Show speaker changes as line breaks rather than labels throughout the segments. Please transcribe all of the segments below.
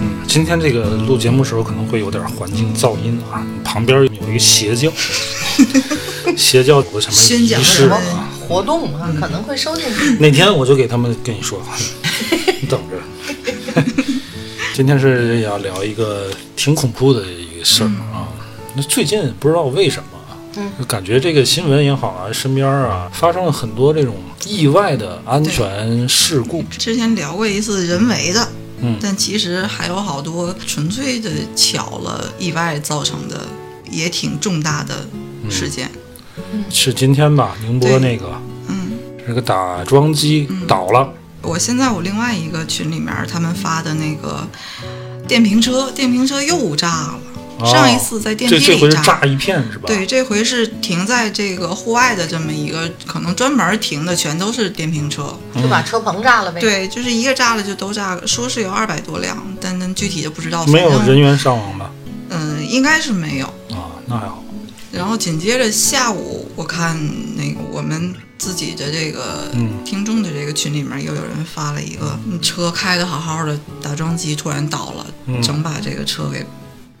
嗯，今天这个录节目时候可能会有点环境噪音啊，旁边有一个邪教，邪教有个什么
宣讲
仪
了
式
什么
啊？
活动啊，可能会收进去。
那天我就给他们跟你 说，你等着。 今天是要聊一个挺恐怖的一个事儿
嗯
啊。那最近不知道为什么啊，就感觉这个新闻也好啊，身边
嗯
啊发生了很多这种意外的安全事故。
之前聊过一次人为的，
嗯
但其实还有好多纯粹的巧了意外造成的，也挺重大的事件。
是今天吧，宁波
对
那个
嗯，
那个打桩机倒了，
我现在我另外一个群里面他们发的那个电瓶车，电瓶车又炸了。
哦
上一次在电梯
这
里
这回是炸一片是吧？
对，这回是停在这个户外的这么一个，可能专门停的全都是电瓶车。
就把车棚炸了呗。，
嗯对，就是一个炸了就都炸了，说是有二百多辆，但但具体就不知道。
没有
反正
人员伤亡吧？
嗯、应该是没有。
啊，那还好。
然后紧接着下午，我看那个我们自己的这个
嗯
听众的这个群里面，又有人发了一个嗯车开的好好的，打桩机突然倒了，
嗯
整把这个车给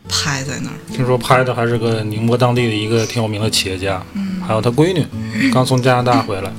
拍在那儿。
听说拍的还是个宁波当地的一个挺有名的企业家，
嗯
还有他闺女，刚从加拿大回来。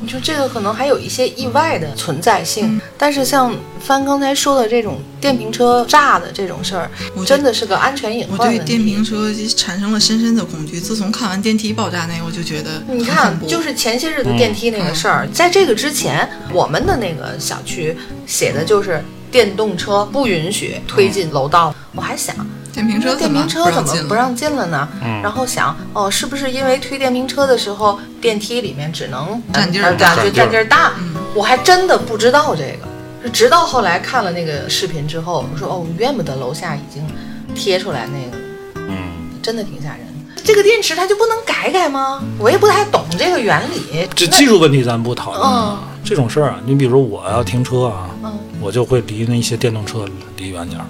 你说这个可能还有一些意外的存在
嗯
性，但是像帆刚才说的这种电瓶车炸的这种事儿
我，对
真的是个安全隐
我
患
对
问
电
题。
瓶车就产生了深深的恐惧。自从看完电梯爆炸那个，我就觉得
你
很
看
恐，怖
就是前些日子电梯那
嗯
个事儿，在这个之前，我们的那个小区写的就是电动车不允许推进楼道。我还想，
电瓶车
电
怎么
瓶车怎么
进
不
了？
让进了呢？
嗯
然后想，哦，是不是因为推电瓶车的时候，电梯里面只能
占地儿嗯
呃
大
对
占
占
地
地
儿
儿大？我还真的不知道这个，是直到后来看了那个视频之后，我说哦，怨不得楼下已经贴出来那个，
嗯，
真的挺吓人。这个电池它就不能改改吗？我也不太懂这个原理。
这
那
技术问题咱不讨论
哦
嗯
啊。这种事儿啊，你比如我要停车啊，
嗯
我就会离那些电动车离远点儿，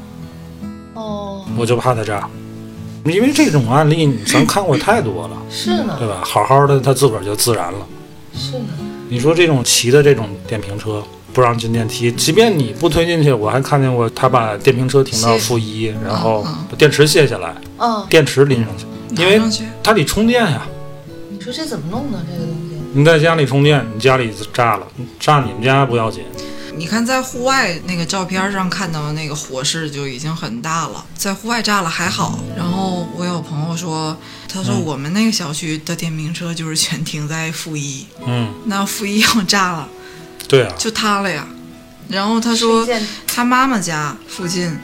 哦，
我就怕它炸。因为这种案例咱看过太多
嗯
了，
是
对
呢，
吧？好好的，它自个儿就自燃了。
是呢。
你说这种骑的这种电瓶车不让进电梯，即便你不推进去，我还看见过他把电瓶车停到
卸
负一，然后
嗯
把电池卸下来，
嗯，
电池拎上去，因为
拿上去
它得充电呀。
你说这怎么弄呢？这个东西，
你在家里充电，你家里炸了，炸你们家不要紧，
你看，在户外那个照片上看到的那个火势就已经很大了，在户外炸了还好。然后我有朋友说，他说我们那个小区的电瓶车就是全停在负一，
嗯，
那负一 要炸了
对啊，
就塌了呀。然后他
是
说
一件
他妈妈家附近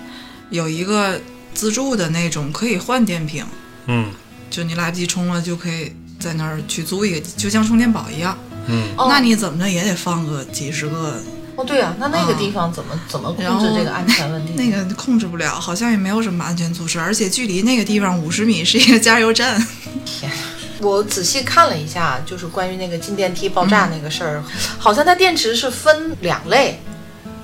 有一个自助的那种可以换电瓶，
嗯
就你来不及充了就可以在那儿去租一个，就像充电宝一样。
嗯，
哦
那你怎么着也得放个几十个
哦，对啊，那那个
啊
地方怎么、怎么控
然后
制这个安全问题？
那个控制不了，好像也没有什么安全措施，而且距离那个地方五十米是一个加油站。
我仔细看了一下，就是关于那个进电梯爆
嗯
炸那个事儿，好像它电池是分两类，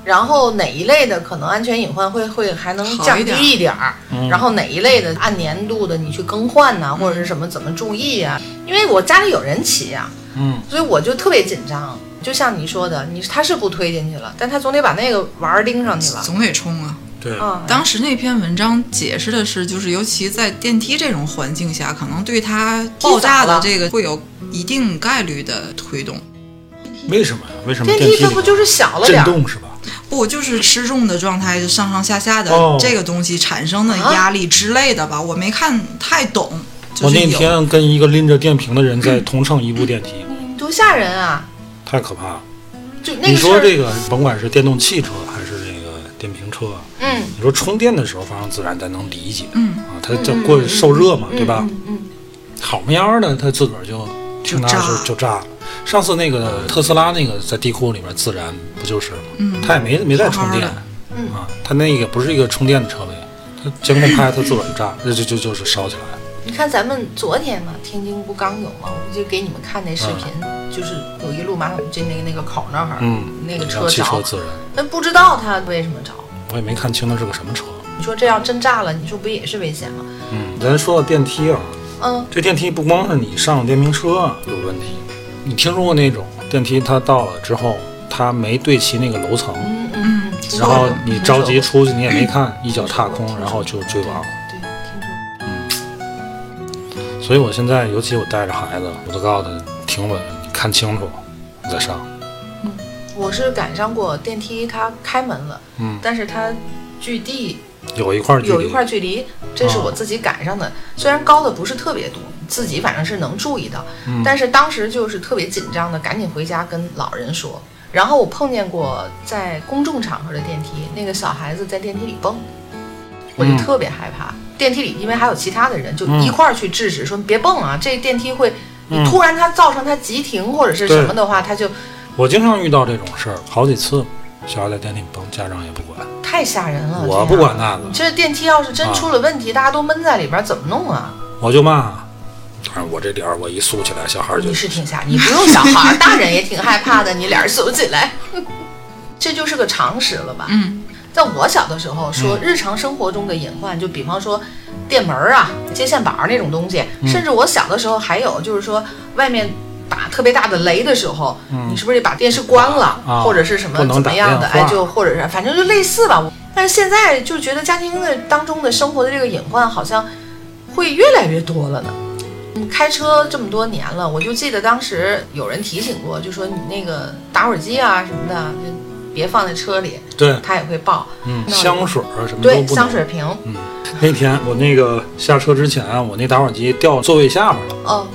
然后哪一类的可能安全隐患会会还能降低
好
一点儿，
嗯
然后哪一类的按年度的你去更换呐、或者是
嗯
什么怎么注意啊？因为我家里有人骑呀、
嗯，
所以我就特别紧张。就像你说的，你他是不推进去了，但他总得把那个玩儿拎上去吧？
总得冲啊！
对，
啊，
当时那篇文章解释的是，就是尤其在电梯这种环境下，可能对它爆炸的这个会有一定概率的推动。
为什么呀？为什么
电
梯
梯
里
它不就是小了
震
点儿？
动是吧？
不就是失重的状态，就上上下下的
哦
这个东西产生的压力之类的吧？我没看太懂，就
我
是
那
有。
天跟一个拎着电瓶的人在同乘一部电梯，
多吓人啊！
太可怕了。
就嗯那
你
个事
说
儿，
这个，甭管是电动汽车还是这个电瓶车啊，
嗯，
你说充电的时候发生自燃，咱能理解，
嗯
啊，它这过去受热嘛，对吧？
嗯嗯，
好么样的，它自个儿就听它
就
就
炸
就炸了。上呃次那个特斯拉那个在地库里面自燃，不就是吗？
嗯
它也没没再充
好好
电
的，
嗯
啊，它那个不是一个充电的车位，它监控拍它自个儿就炸，那就就就是烧起来了。
你看咱们昨天嘛，天津不刚有嘛，我就给你们看那视频，就是有一路马桶进那个那个口那儿，
嗯，
那个
然
车
后汽车
着，
自燃，
那不知道他为什么着。
我也没看清它是个什么车。
你说这要真炸了，你说不也是危险吗？
嗯，咱说到电梯啊，
嗯，
这电梯不光是你上电瓶车有问题，你听说过那种电梯它到了之后，它没对齐那个楼层，
嗯嗯，嗯
然后你着急
听说
出去你也没看，一脚踏空，然后就坠亡。
过对，听说过
所以我现在，尤其我带着孩子，我都告诉他停稳，你看清楚，你再上。
我是赶上过电梯，它开门了，
嗯，
但是它距地
有一块距离，
有一块距离，这是我
啊
自己赶上的，虽然高的不是特别多，自己反正是能注意到，
嗯
但是当时就是特别紧张的，赶紧回家跟老人说。然后我碰见过在公众场合的电梯，那个小孩子在电梯里蹦，我就
嗯
特别害怕。电梯里因为还有其他的人，就
嗯
一块儿去制止，说别蹦啊，这电梯会，你
嗯
突然它造成它急停或者是什么的话，它就
我经常遇到这种事儿，好几次，小孩在电梯里蹦，家长也不管，
太吓人了。
我
哦这
不
样啊
管啊那个，
这电梯要是真出了问题，大家都闷在里边儿，怎么弄啊？
我就骂。反正我这脸儿我一竖起来，小孩儿就
你是挺吓，你不用小孩儿，大人也挺害怕的，你脸儿肃起来， 这就是个常识了吧？
嗯，
在我小的时候，
嗯
说日常生活中的隐患，就比方说电门儿啊、接线板儿那种东西，
嗯
甚至我小的时候还有就是说外面。打特别大的雷的时候，你是不是得把电视关了，
嗯啊
或者是什么
不能
怎么样的？
打电
哎，
话
就或者是反正就类似吧。我但是现在就觉得家庭的当中的生活的这个隐患好像会越来越多了呢。嗯，开车这么多年了，我就记得当时有人提醒过，就说你那个打火机啊什么的，就别放在车里，
对，
它也会爆。
嗯，
那
香水儿啊什么都
对，
不
香
能。嗯
水瓶，
那天我那个下车之前啊，我那打火机掉座位下面了，
哦，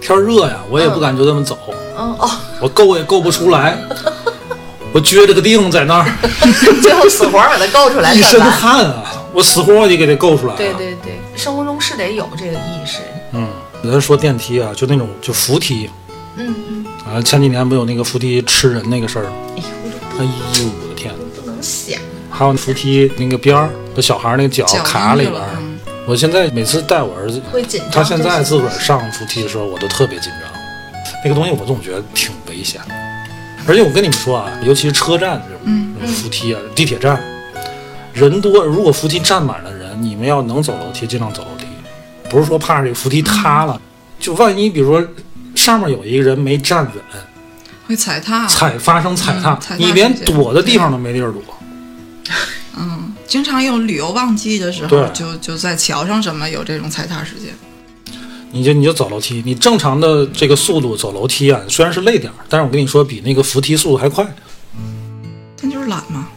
天儿热呀，我也不敢就这么走，
嗯哦，
我够也够不出 来，我撅着个腚在那儿，
最后死活把它勾出来
一身
算完。
汗啊，我死活我得给它够出来、啊。
对对对，生活中是得有这个意识。
嗯，咱说电梯啊，就那种就扶梯
嗯嗯，
啊，前几年不有那个扶梯吃人那个事儿吗？
哎呦，我就
哎呦我的天！
不能想。
还有扶梯那个边儿，把小孩儿那个脚
脚
卡里
进去
边儿
了。嗯
我现在每次带我儿子，
会紧张。
他现在
这是
自个儿上扶梯的时候，我都特别紧张。那个东西我总觉得挺危险的，而且我跟你们说啊，尤其是车站这种、
嗯
那种扶梯啊，地铁站人多，如果扶梯站满了人，你们要能走楼梯，尽量走楼梯，不是说怕这个扶梯塌
嗯
了，就万一比如说上面有一个人没站稳，
会踩踏，
踩发生踩踏，
啊嗯踩踏
你连
事件
躲的地方都没地儿躲。
嗯，经常有旅游旺季的时候
对，
就就在桥上什么有这种踩踏事件。
你就你就走楼梯，你正常的这个速度走楼梯啊，虽然是累点儿，但是我跟你说，比那个扶梯速度还快。
但就是懒嘛，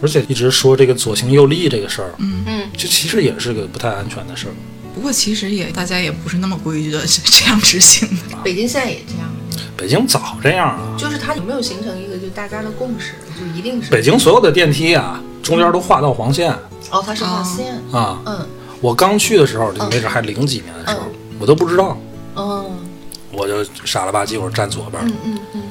而且一直说这个左行右立这个事儿，
嗯，
这其实也是个不太安全的事儿。
不过其实也大家也不是那么规矩的这这样执行的。
啊
北京现在也这样，
北京早这样啊，
就是它有没有形成一个就大家的共识，就一定是
北京所有的电梯啊，中间都画道黄线
哦，它是划线，
啊。
嗯
我刚去的时候，就没准还零几年的时候，我都不知道，
嗯
我就傻了吧唧，我站左边，
嗯嗯嗯，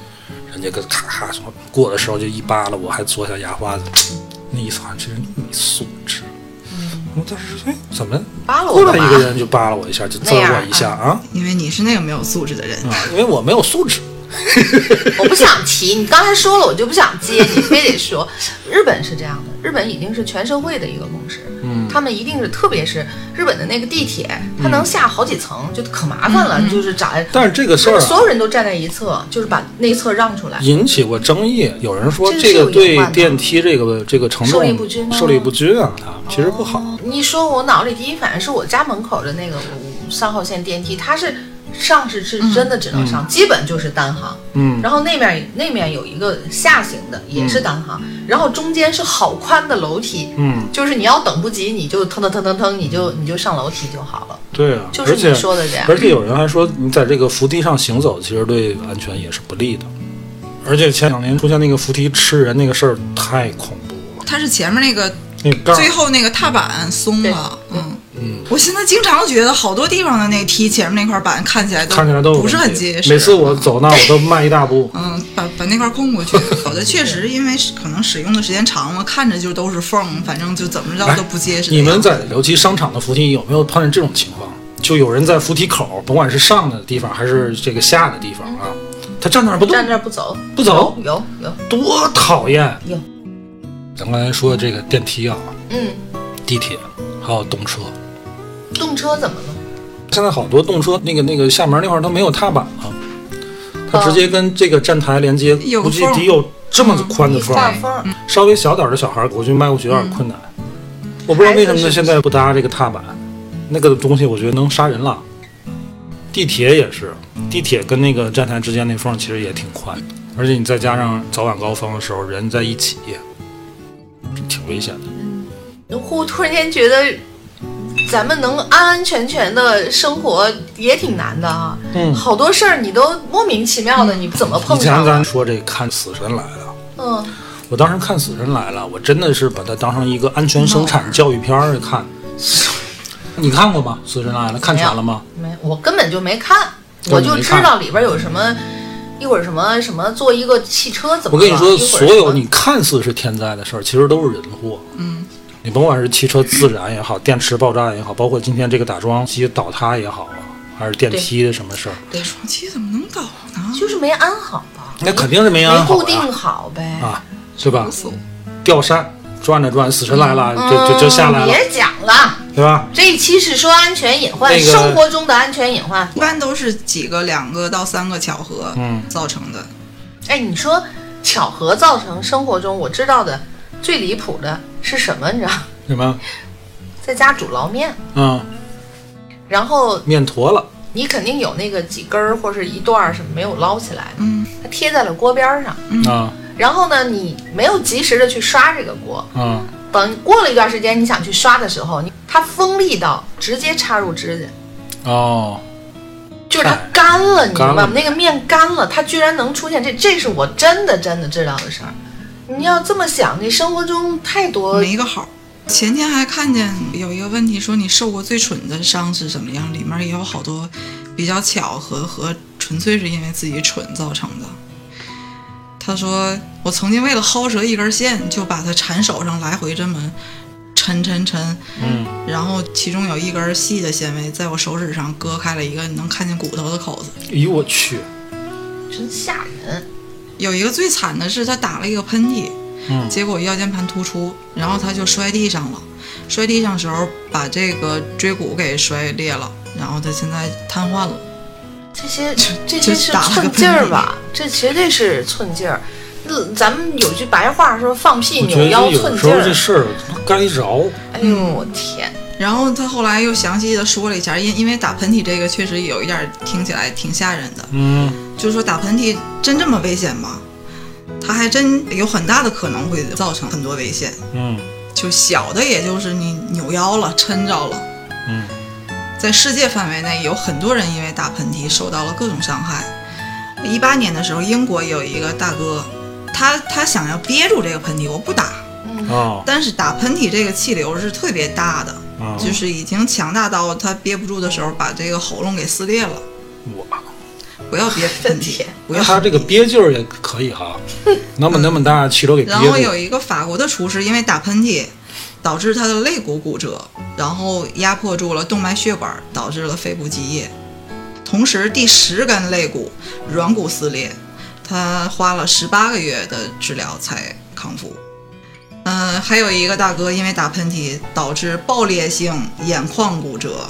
人家跟咔咔从过的时候就一扒拉，我还嘬下牙花子，那意思好像这人没素质。我当时哎，怎么
嗯扒拉
过
我
来
干
一
嘛
个人就扒拉我一下，就滋
那
我
样
一下啊
因为你是那个没有素质的人，
啊，因为我没有素质。
我不想提，你刚才说了，我就不想接你，非得说。日本是这样的，日本已经是全社会的一个共识，
嗯
他们一定是，特别是日本的那个地铁，它能下好几层，就可麻烦了，就是找。
但是这个事儿啊
所，有人都站在一侧，就是把内侧让出来。
引起过争议。有人说
这个
这
是
个
有
对
隐患的
电梯这个这个承重
受力不均吗哦
受力不均啊，它其实不好。
你说我脑子里第一反应是我家门口的那个五三号线电梯，它是上是是真的只能上，基本就是单行。
嗯，
然后那面那面有一个下行的，也是单行，然后中间是好宽的楼梯，
嗯，
就是你要等不及，你就腾腾腾腾腾，你就你就上楼梯就好了，
对啊，
就
而
是
且
你说的这样。
而且有人还说，你在这个扶梯上行走，其实对安全也是不利的。而且前两年出现那个扶梯吃人那个事儿太恐怖了，
它是前面那个
那个盖儿
最后那个踏板松了，嗯，
嗯，
我现在经常觉得好多地方的那梯前面那块板看起来都
看起来都有
不是
问
很
题
结实。，
每次我
嗯
走那我都迈一大步
嗯，把把那块空过去。有的确实因为是可能使用的时间长了，看着就都是缝，反正就怎么着
哎
都不结实的
你
样子。
们在尤其商场的扶梯有没有碰见这种情况？就有人在扶梯口，甭管是上的地方还是这个下的地方啊，他站那儿不动，
站这儿不走，
不走，
有有，
多讨厌
有！
咱刚才说这个电梯啊、
嗯，
地铁，还有动车，
动车怎么了？
现在好多动车那个那个下门那块儿它没有踏板了，它直接跟这个站台连接，
哦有
估
个
计
缝儿
得有这么宽的
一
缝
嗯大
儿，
缝儿，
稍微小点儿的小孩儿，我觉得迈过去有点困难。
嗯
我不知道为什么
孩子是
现在不搭这个踏板，那个东西我觉得能杀人了。地铁也是，地铁跟那个站台之间那缝儿其实也挺宽，而且你再加上早晚高峰的时候人在一起，这挺危险的。
忽突然间觉得。咱们能安安全全的生活也挺难的啊，
嗯
好多事儿你都莫名其妙的，你怎么
以
碰
前
上
咱
了？
说这看《死神来了》，
嗯，
我当时看《死神来了》，我真的是把它当成一个安全生产教育片儿 看。你看过吗？《死神来了》看全了吗？
没，我根本就没看，
根
我
本就
就
没
知
看
道里边有什么，一会儿什么什么坐一个汽车怎么
我
了？
跟你说，
一会儿
所有
什么
你看似是天灾的事儿，其实都是人祸。嗯，你甭管是汽车自燃也好，电池爆炸也好，包括今天这个打桩机倒塌也好啊，还是电梯的什么事儿，
嗯
打桩机怎么能倒呢？
就是没安好吧？
那肯定是没
没
安好
固
呀
定好呗。
啊，是吧
不？死
掉山转着转，死神来了，就就就下来了，
嗯别讲了，
对吧？
这一期是说安全隐患，
那个
生活中的安全隐患。
一般都是几个、两个到三个巧合
嗯
造成的。
哎，你说巧合造成生活中，我知道的最离谱的是什么？你知道，
什么？
在家煮捞面，
嗯，
然后
面坨了，
你肯定有那个几根儿或者一段儿什么没有捞起来的，
嗯
它贴在了锅边儿上。
啊
然后呢，你没有及时的去刷这个锅，
啊
等过了一段时间，你想去刷的时候，你它锋利到直接插入指甲，
哦，
就是它
哎
干了，你明白
干了
吗？那个面干了，它居然能出现这，这是我真的真的知道的事儿。你要这么想，这生活中太多
没个好。前天还看见有一个问题说你受过最蠢的伤是怎么样，里面也有好多比较巧合和纯粹是因为自己蠢造成的。他说我曾经为了薅折一根线，就把它缠手上来回这么抻抻抻，
嗯，
然后其中有一根细的纤维在我手指上割开了一个能看见骨头的口子。
哎呦我去，
真吓人。
有一个最惨的是他打了一个喷嚏，
嗯
结果腰间盘突出，然后他就摔地上了。摔地上时候把这个椎骨给摔裂了，然后他现在瘫痪了。
这些这些是
打了个
寸劲儿吧？这绝对是寸劲儿。那咱们有句白话说“放屁
我觉
扭
得
腰
有
寸
时
劲
候这
儿
事儿该着，”。
哎呦，我天！
然后他后来又详细的说了一下，因因为打喷嚏这个确实有一点儿听起来挺吓人的，
嗯，
就是说打喷嚏真这么危险吗？他还真有很大的可能会造成很多危险，
嗯
就小的也就是你扭腰了、抻着了，
嗯
在世界范围内有很多人因为打喷嚏受到了各种伤害。一八年的时候，英国有一个大哥，他他想要憋住这个喷嚏，我不打，
嗯
哦
但是打喷嚏这个气流是特别大的，
啊，
就是已经强大到他憋不住的时候，把这个喉咙给撕裂了。
我。
不要 憋喷嚏
天，
不要。
他这个憋劲儿也可以哈，能把那么大的气流给憋
然后有
住。
一个法国的厨师因为打喷嚏，导致他的肋骨骨折，然后压迫住了动脉血管，导致了肺部积液。同时，第十根肋骨软骨撕裂，他花了十八个月的治疗才康复。嗯、还有一个大哥因为打喷嚏导致爆裂性眼眶骨折，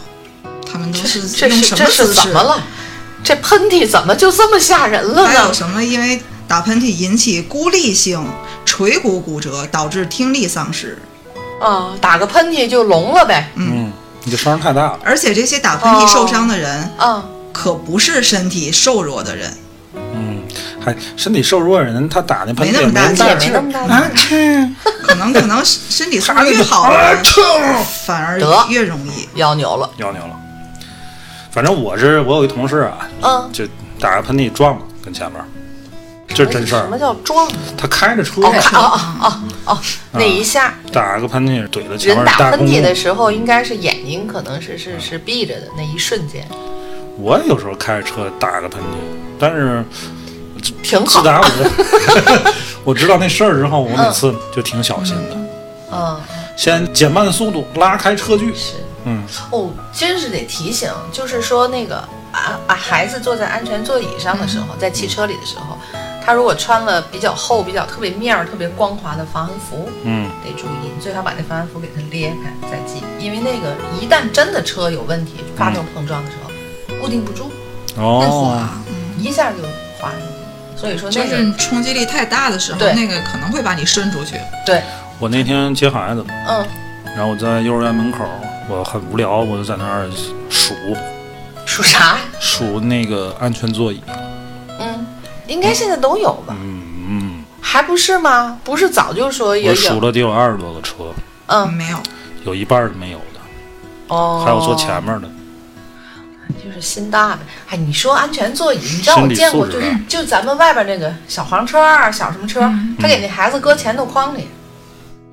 他们都 是
这
用
是
什么
这是
姿
怎
势？
么了？这喷嚏怎么就这么吓人了
还有
呢？
什么因为打喷嚏引起孤立性垂骨骨折，导致听力丧失？
啊，打个喷嚏就聋了呗。
嗯，你这声太大了。
而且这些打喷嚏受伤的人
啊，
可不是身体瘦弱的人，
嗯，还身体瘦弱的人，他打那喷
没
嚏
那么大
劲
劲
儿
儿
没那么大劲
啊
儿，
切
可能可能身体素
他那
质越
个
好 的
啊
人
切
反而
得
越容易。
腰扭了。
尿尿了。反正我是我有一同事啊，
嗯，
就打个喷嚏撞了，跟前面儿这是真事
什
儿啊
么。叫撞？
他开着车，
哦看哦哦哦哦，
嗯
那一下
打个喷嚏怼了前
人
面
打
大
喷
公
嚏
公嗯
的。时候，应该是眼睛可能是是是闭着的那一瞬间，
我有时候开着车打个喷嚏，但是
挺
自
好。
打我 我知道那事儿之后，我每次就挺小心的，
嗯，
先减慢速度，拉开车距。
是
嗯，
哦，真是得提醒，就是说那个啊啊，孩子坐在安全座椅上的时
嗯
候，在汽车里的时候，他如果穿了比较厚、比较特别面儿、特别光滑的防寒服，
嗯，
得注意，你最好把那防寒服给它裂开再系，因为那个一旦真的车有问题，发生碰撞的时候，固定不住，
那
哦，
滑，嗯
一下就滑下去。所以说
就
那
是
个
冲击力太大的时候，
对
那个可能会把你伸出去。
对，
我那天接孩子，
嗯，
然后我在幼儿园门口，我很无聊，我就在那儿数
属啥？
数那个安全座椅。
嗯，应该现在都有吧？
嗯
还不是吗？不是早就说
嗯，
也
我数
有？
了得有二十多个车，
嗯，
没有，
有一半儿没有的，
哦，
还有坐前面的。
就是心大呗。哎，你说安全座椅，你知道我
心理
见过，
素
就
质
是
啊
就咱们外边那个小黄车啊，小什么车，
嗯
他给那孩子搁前头筐里，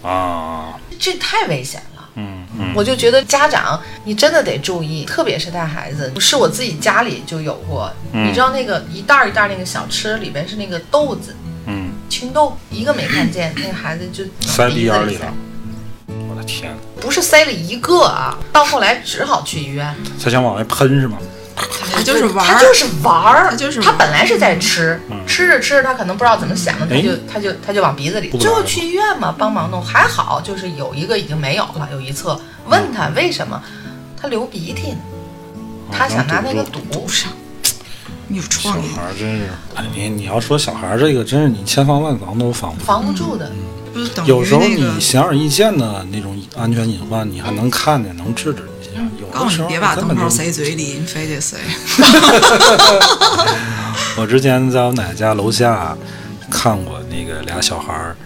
啊，
这太危险了。
嗯嗯，
我就觉得家长，你真的得注意，特别是带孩子。是我自己家里就有过，
嗯
你知道那个一袋儿一袋儿那个小吃里边是那个豆子，
嗯，
青豆，一个没看见，那个孩子就
塞鼻
鼻子
眼
里
里
塞
了，我的天，
不是塞了一个啊，到后来只好去医院。
他想往外喷是吗？
他就是玩
他
儿，
就是玩儿，
他就是玩儿
他本来是在吃，
嗯
吃着吃着，他可能不知道怎么想的，他
哎
就他就他就往鼻子里，
不
最后
玩儿
去医院嘛，帮忙弄，还好就是有一个已经没有了，有一侧问他为什么，他流鼻涕呢，他想拿那个堵上，
你有
小
创意。
孩儿真是，哎，你你要说小孩儿这个，真是你千防万防都防不住。
防不住的，
不是等于
有时候
啊那
你
个
显而易见的那种安全隐患，你还能看见，能制止一下。有
嗯告
的时
诉
候
你别把
根
灯
本
泡
就。
塞嘴里，你非得塞。
我之前在我奶奶家楼下看过那个俩小孩儿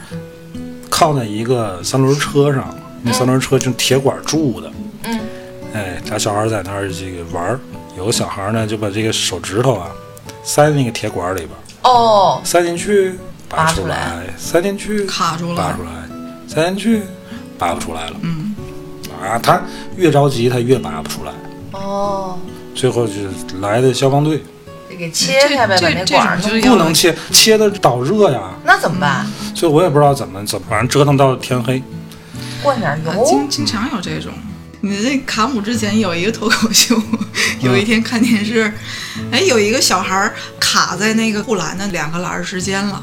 靠在一个三轮车上，那三轮车就铁管住的。
嗯。
哎，俩小孩儿在那儿这个玩儿，有个小孩儿呢就把这个手指头啊塞进那个铁管里边儿，
哦，
塞进去拔
拔
出
出来
来，塞进去
卡住
拔
了
出，来，塞进去拔不出来了。
嗯，
啊，他越着急，他越拔不出来，
哦，
最后就是来的消防队
得给切开呗，
这
把
这
那
这
管儿
种就
弄
是
掉，
不能切，切的导热呀，
那怎么办？
所以我也不知道怎么怎么，反正折腾到天黑。
灌点
啊
油
经，经常有这种。你这卡姆之前有一个脱口秀， 有一天看电视，哎，有一个小孩儿卡在那个护栏的两个栏儿之间了，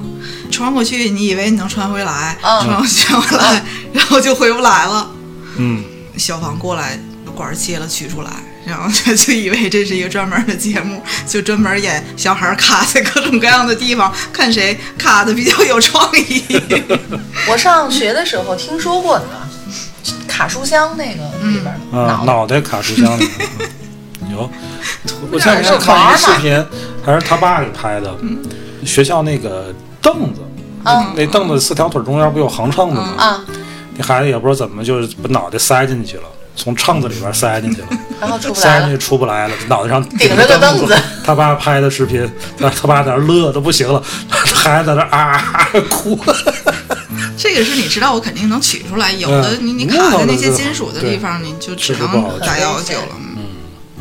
穿过去你以为你能穿回来，
嗯
穿过去穿回来，然后就回不来了。
嗯，
消防过来，管儿切了取出来，然后他就以为这是一个专门的节目，就专门演小孩儿卡在各种各样的地方，看谁卡的比较有创意。
我上学的时候听说过呢，卡书箱那个里边儿
啊，
脑
脑袋卡书箱里。嗯有，我前两
是
天看一个
玩
视
嘛
频，还是他爸给拍的，学校那个凳子，
嗯
那凳子四条腿中间不有横秤子吗？
啊，
那孩子也不知道怎么就是把脑袋塞进去了，从秤子里边塞进去了。
然后出不来
塞进
了
去。出不来了，脑袋上
顶着个凳子。
他爸拍的视频，他他爸在那乐的不行了， 孩子在那啊啊哭。
这个是你知道，我肯定能取出来。有的
嗯
你你
木
卡
头
在
的
那些
就
金属的地方，你就
确
只
实不好
能打
取
幺幺九了。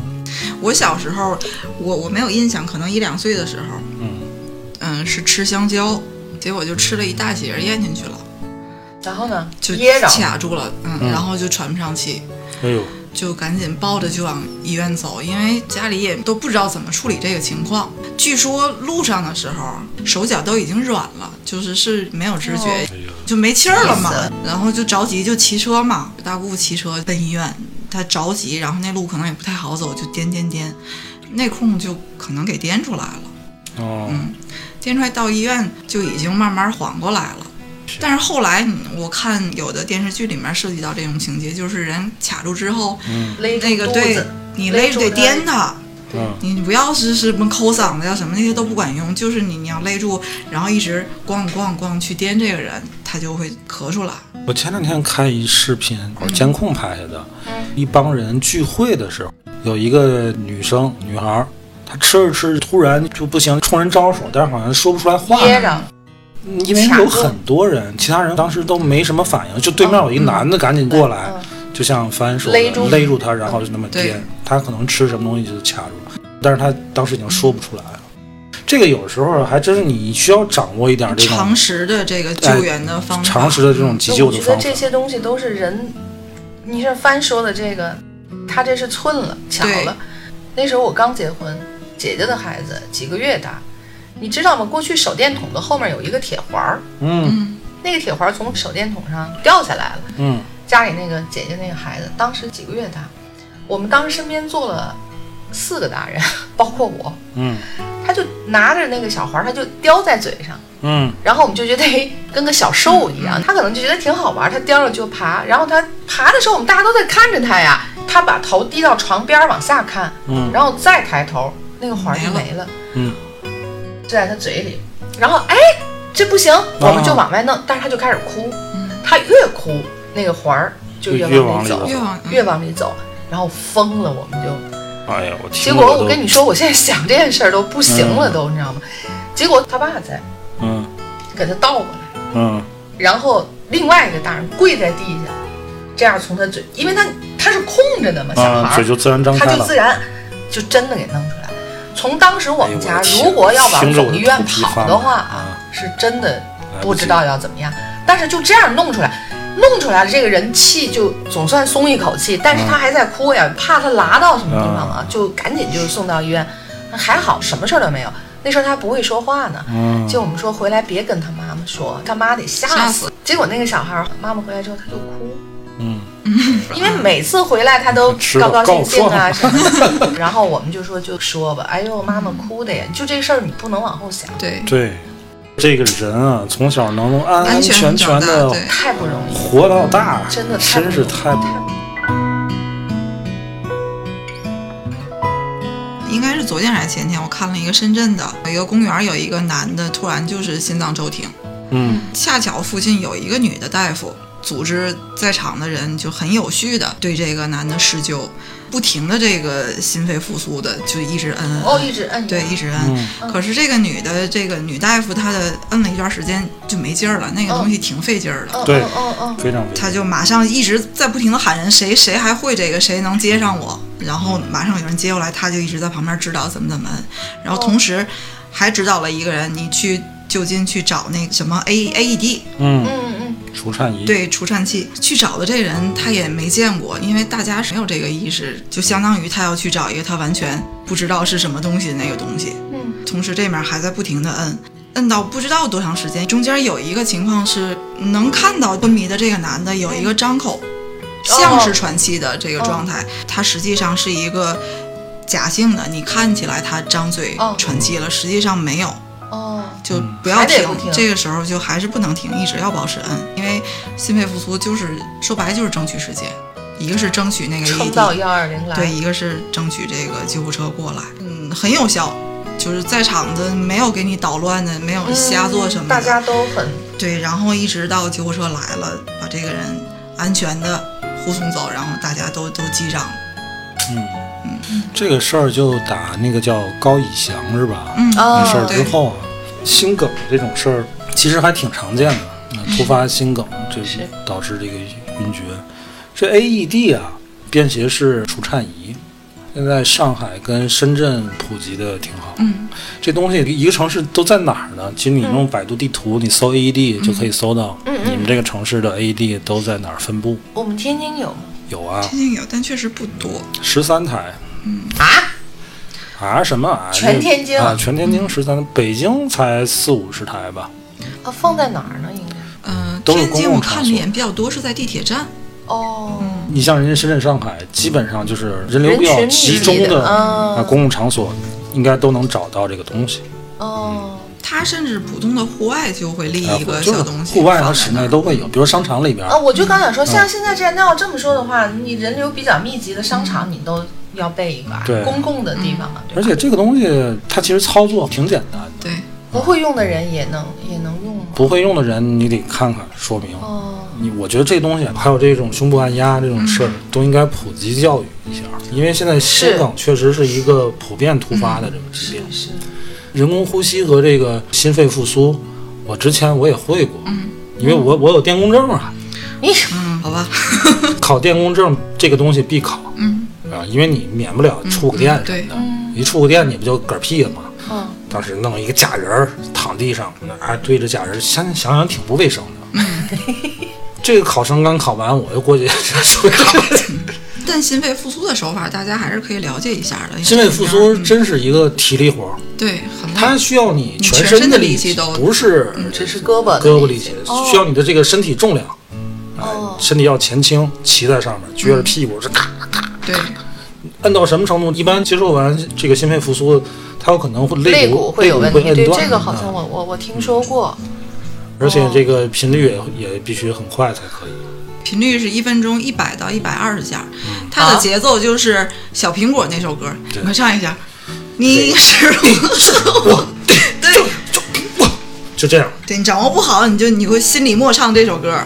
嗯，我小时候，我我没有印象，可能一两岁的时候，
嗯，
嗯，是吃香蕉，结果就吃了一大截，咽进去了，
然后呢，
就
噎着。
卡住了，嗯，
嗯
然后就喘不上气。
哎呦，
就赶紧抱着就往医院走，因为家里也都不知道怎么处理这个情况。据说路上的时候手脚都已经软了，就是是没有知觉，
哦
哎呦，
就没气儿了嘛
累死。
然后就着急就骑车嘛，大姑骑车奔医院，她着急，然后那路可能也不太好走，就颠颠颠，内控就可能给颠出来了。
哦，
颠出来到医院就已经慢慢缓过来了。但是后来嗯我看有的电视剧里面涉及到这种情节，就是人卡住之后，
嗯
勒住
那个
肚
对
子
你勒住得颠他，
嗯，
你不要是是什么抠嗓子呀什么那些都不管用，就是你你要勒住，然后一直咣咣咣去颠这个人，他就会咳出来。
我前两天看一视频，哦监控拍下的，一帮人聚会的时候，有一个女生女孩儿他吃着吃着突然就不行，冲人招手，但是好像说不出来话
憋着，
因为有很多人，其他人当时都没什么反应，就对面有
嗯
一男的赶紧过来，就像凡说的
勒住
勒住他，然后就那么颠
对，
他可能吃什么东西就卡住了，但是他当时已经说不出来了。这个有时候还真是你需要掌握一点这种
常识的这个救援的方法，
哎常识的这种急
就
救
我
的
觉
方
得
法
这。些东西都是人，你像帆说的这个，他这是寸了巧
对
了。那时候我刚结婚，姐姐的孩子几个月大，你知道吗？过去手电筒的后面有一个铁环儿，
嗯
嗯，
那个铁环儿从手电筒上掉下来了。
嗯，
家里那个姐姐那个孩子当时几个月大，我们当时身边坐了四个大人， 包括我，
嗯
他就拿着那个小环儿，他就叼在嘴上。
嗯
然后我们就觉得 哎，跟个小兽一样，他可能就觉得挺好玩，他叼着就爬，然后他爬的时候，我们大家都在看着他呀，他把头低到床边儿往下看，
嗯
然后再抬头，那个环儿就没了，
嗯，
就在他嘴里，然后哎，这不行，我们就往外弄，但是他就开始哭，他越哭那个环儿就嗯越
越
往
往里
走，
越往
越往里走，然然后疯了，我们就。
哎呀，我
结
听着
果
都
我跟你说，我现在想这件事儿都不行了，都你知道吗？结果他爸在
嗯
给他倒过来。
嗯
然后另外一个大人跪在地下，这样从他嘴，因为他他是空着的嘛，小
啊，
孩
嘴
儿，
就自然张
他
开
就
了
自。然就真的给弄出来。从当时我们
哎呦
家
我的天
如果要往
听着我
总
都
医院
头皮
跑
发
的
麻
话
啊，
是真的
来不
不知
及
道要怎么样，但是就这样弄出来。弄出来了，这个人气就总算松一口气，但是他还在哭呀，怕他拉到什么地方
嗯
啊，就赶紧就送到医院。还好什么事儿都没有，那时候他还不会说话呢，
嗯
就我们说回来别跟他妈妈说，他妈得吓
吓死。
结果那个小孩儿妈妈回来之后他就哭，
嗯
因为每次回来他都
吃了
高高兴兴啊
告
什么的。 然后我们就说就说吧，哎呦妈妈哭的呀，就这事儿你不能往后想，
对，
对，这个人啊，从小能安
安
全
长
全
大，
的
对，
太不容易，
活到大，
真的太不
嗯真是
容易
太不
太
应该是昨天还是前天，我看了一个深圳的一个公园，有一个男的突然就是心脏骤停，
嗯
恰巧附近有一个女的大夫，组织在场的人就很有序的对这个男的施救，不停的这个心肺复苏的就一直摁摁摁
哦，一直摁着
对，一直摁。
嗯
可是这个女的，这个女大夫，她的摁了一段时间就没劲儿了，那个东西挺费劲儿的，
嗯
对
嗯嗯嗯，
非常非常
她就马上一直在不停的喊人，谁谁还会这个，谁能接上我？然后马上有人接过来，她就一直在旁边指导怎么怎么摁，然后同时还指导了一个人，你去就近去找那个什么 A A E D，
嗯，
嗯嗯
除颤仪
对，除颤器去找的这人他也没见过，因为大家是没有这个意识，就相当于他要去找一个他完全不知道是什么东西的那个东西。
嗯
同时这面还在不停的摁，摁到不知道多长时间。中间有一个情况是能看到昏迷的这个男的有一个张口，
哦
像是喘气的这个状态，他实际上是一个假性的。你看起来他张嘴
哦
喘气了，实际上没有。
嗯哦，
就不
还
要
得
停，
不停
这个时候就还是不能停，一直要保持摁，因为心肺复苏就是说白了就是争取时间，一个是争取那个 E
撑
AED，
到幺二零来，
对，一个是争取这个救护车过来，嗯，很有效，就是在场的没有给你捣乱的，没有
嗯
瞎做什么的，
大家都很
对，然后一直到救护车来了，把这个人安全的护送走，然后大家都都击掌，
嗯这个事儿就打那个叫高以翔是吧？
嗯，
哦
那事儿之
对，
后啊，心梗这种事儿其实还挺常见的，嗯突发心梗这
嗯是
导致这个晕厥。这 AED 啊，便携式除颤仪，现在上海跟深圳普及的挺好。
嗯，
这东西一个城市都在哪儿呢？其实你用百度地图，你搜 AED 就可以搜到
嗯嗯
你们这个城市的 AED 都在哪儿分布。
我们天津有
有啊，
天津有，但确实不多，
十三台
啊，
啊什么啊？
全天津
啊，全天津十三，北京才四五十台吧。
啊放在哪儿呢？应该
嗯、
都是
天津
公
我
共场
看的
所
也比较多，是在地铁站。
哦，
嗯
你像人家深圳、上海，基本上就是人流
人
比较
群密
集
集
中
的
的
啊
啊公共场所，应该都能找到这个东西。
哦，
它甚至普通的户外就会立
啊
一个
就
小
是
东西，
户外和室内。都会有，比如商场里边
啊，我就刚想
嗯
说，像现在这样，那要这么说的话，你人流比较密集的商场，你都要备一个啊
对
公共的地方啊，对
而
吧？
且这个东西它其实操作挺简单的，
对，
不会用的人也能也能用吗？
不会用的人，你得看看说明。
哦，
你我觉得这东西还有这种胸部按压这种事儿，都应该普及教育一下，因为现在心梗确实是一个普遍突发的这个疾病。
是
人工呼吸和这个心肺复苏，我之前我也会过，因为我我有电工证啊，
你
嗯，好吧，
考电工证这个东西必考
嗯，
啊，因为你免不了触个电什
对
么的，一触个电你不就嗝屁了吗？
嗯，
当时弄一个假人儿躺地上，
嗯
那对着假人儿，想想想挺不卫生的。 这个考生刚考完，我就过去 说考。
但心肺复苏的手法，大家还是可以了解一下的。
心肺复苏
嗯
真是一个体力活儿，
对，很累
它需要你全
嗯全身
的
的力
气，
气都嗯
不是
只是胳膊的
胳膊力
力
气
气，
哦
需要你的这个身体重量，哎
哦
身体要前倾，骑在上面，撅着屁
嗯
股是咔咔。
对，
摁到什么程度？一般接受完这个心肺复苏，它有可能会肋
肋
骨
骨会有
肋
问
骨
题。
摁
对，
断
这个好像哦
嗯
我我我听说过。
嗯
而且这个频率也也必须很快才可以。
频率是一分钟一百到一百二十下，它的
啊
节奏就是小苹果那首歌，
嗯对
你快唱一下。你是我，对，
就这样，
对你掌握不好，你就你会心里默唱这首歌。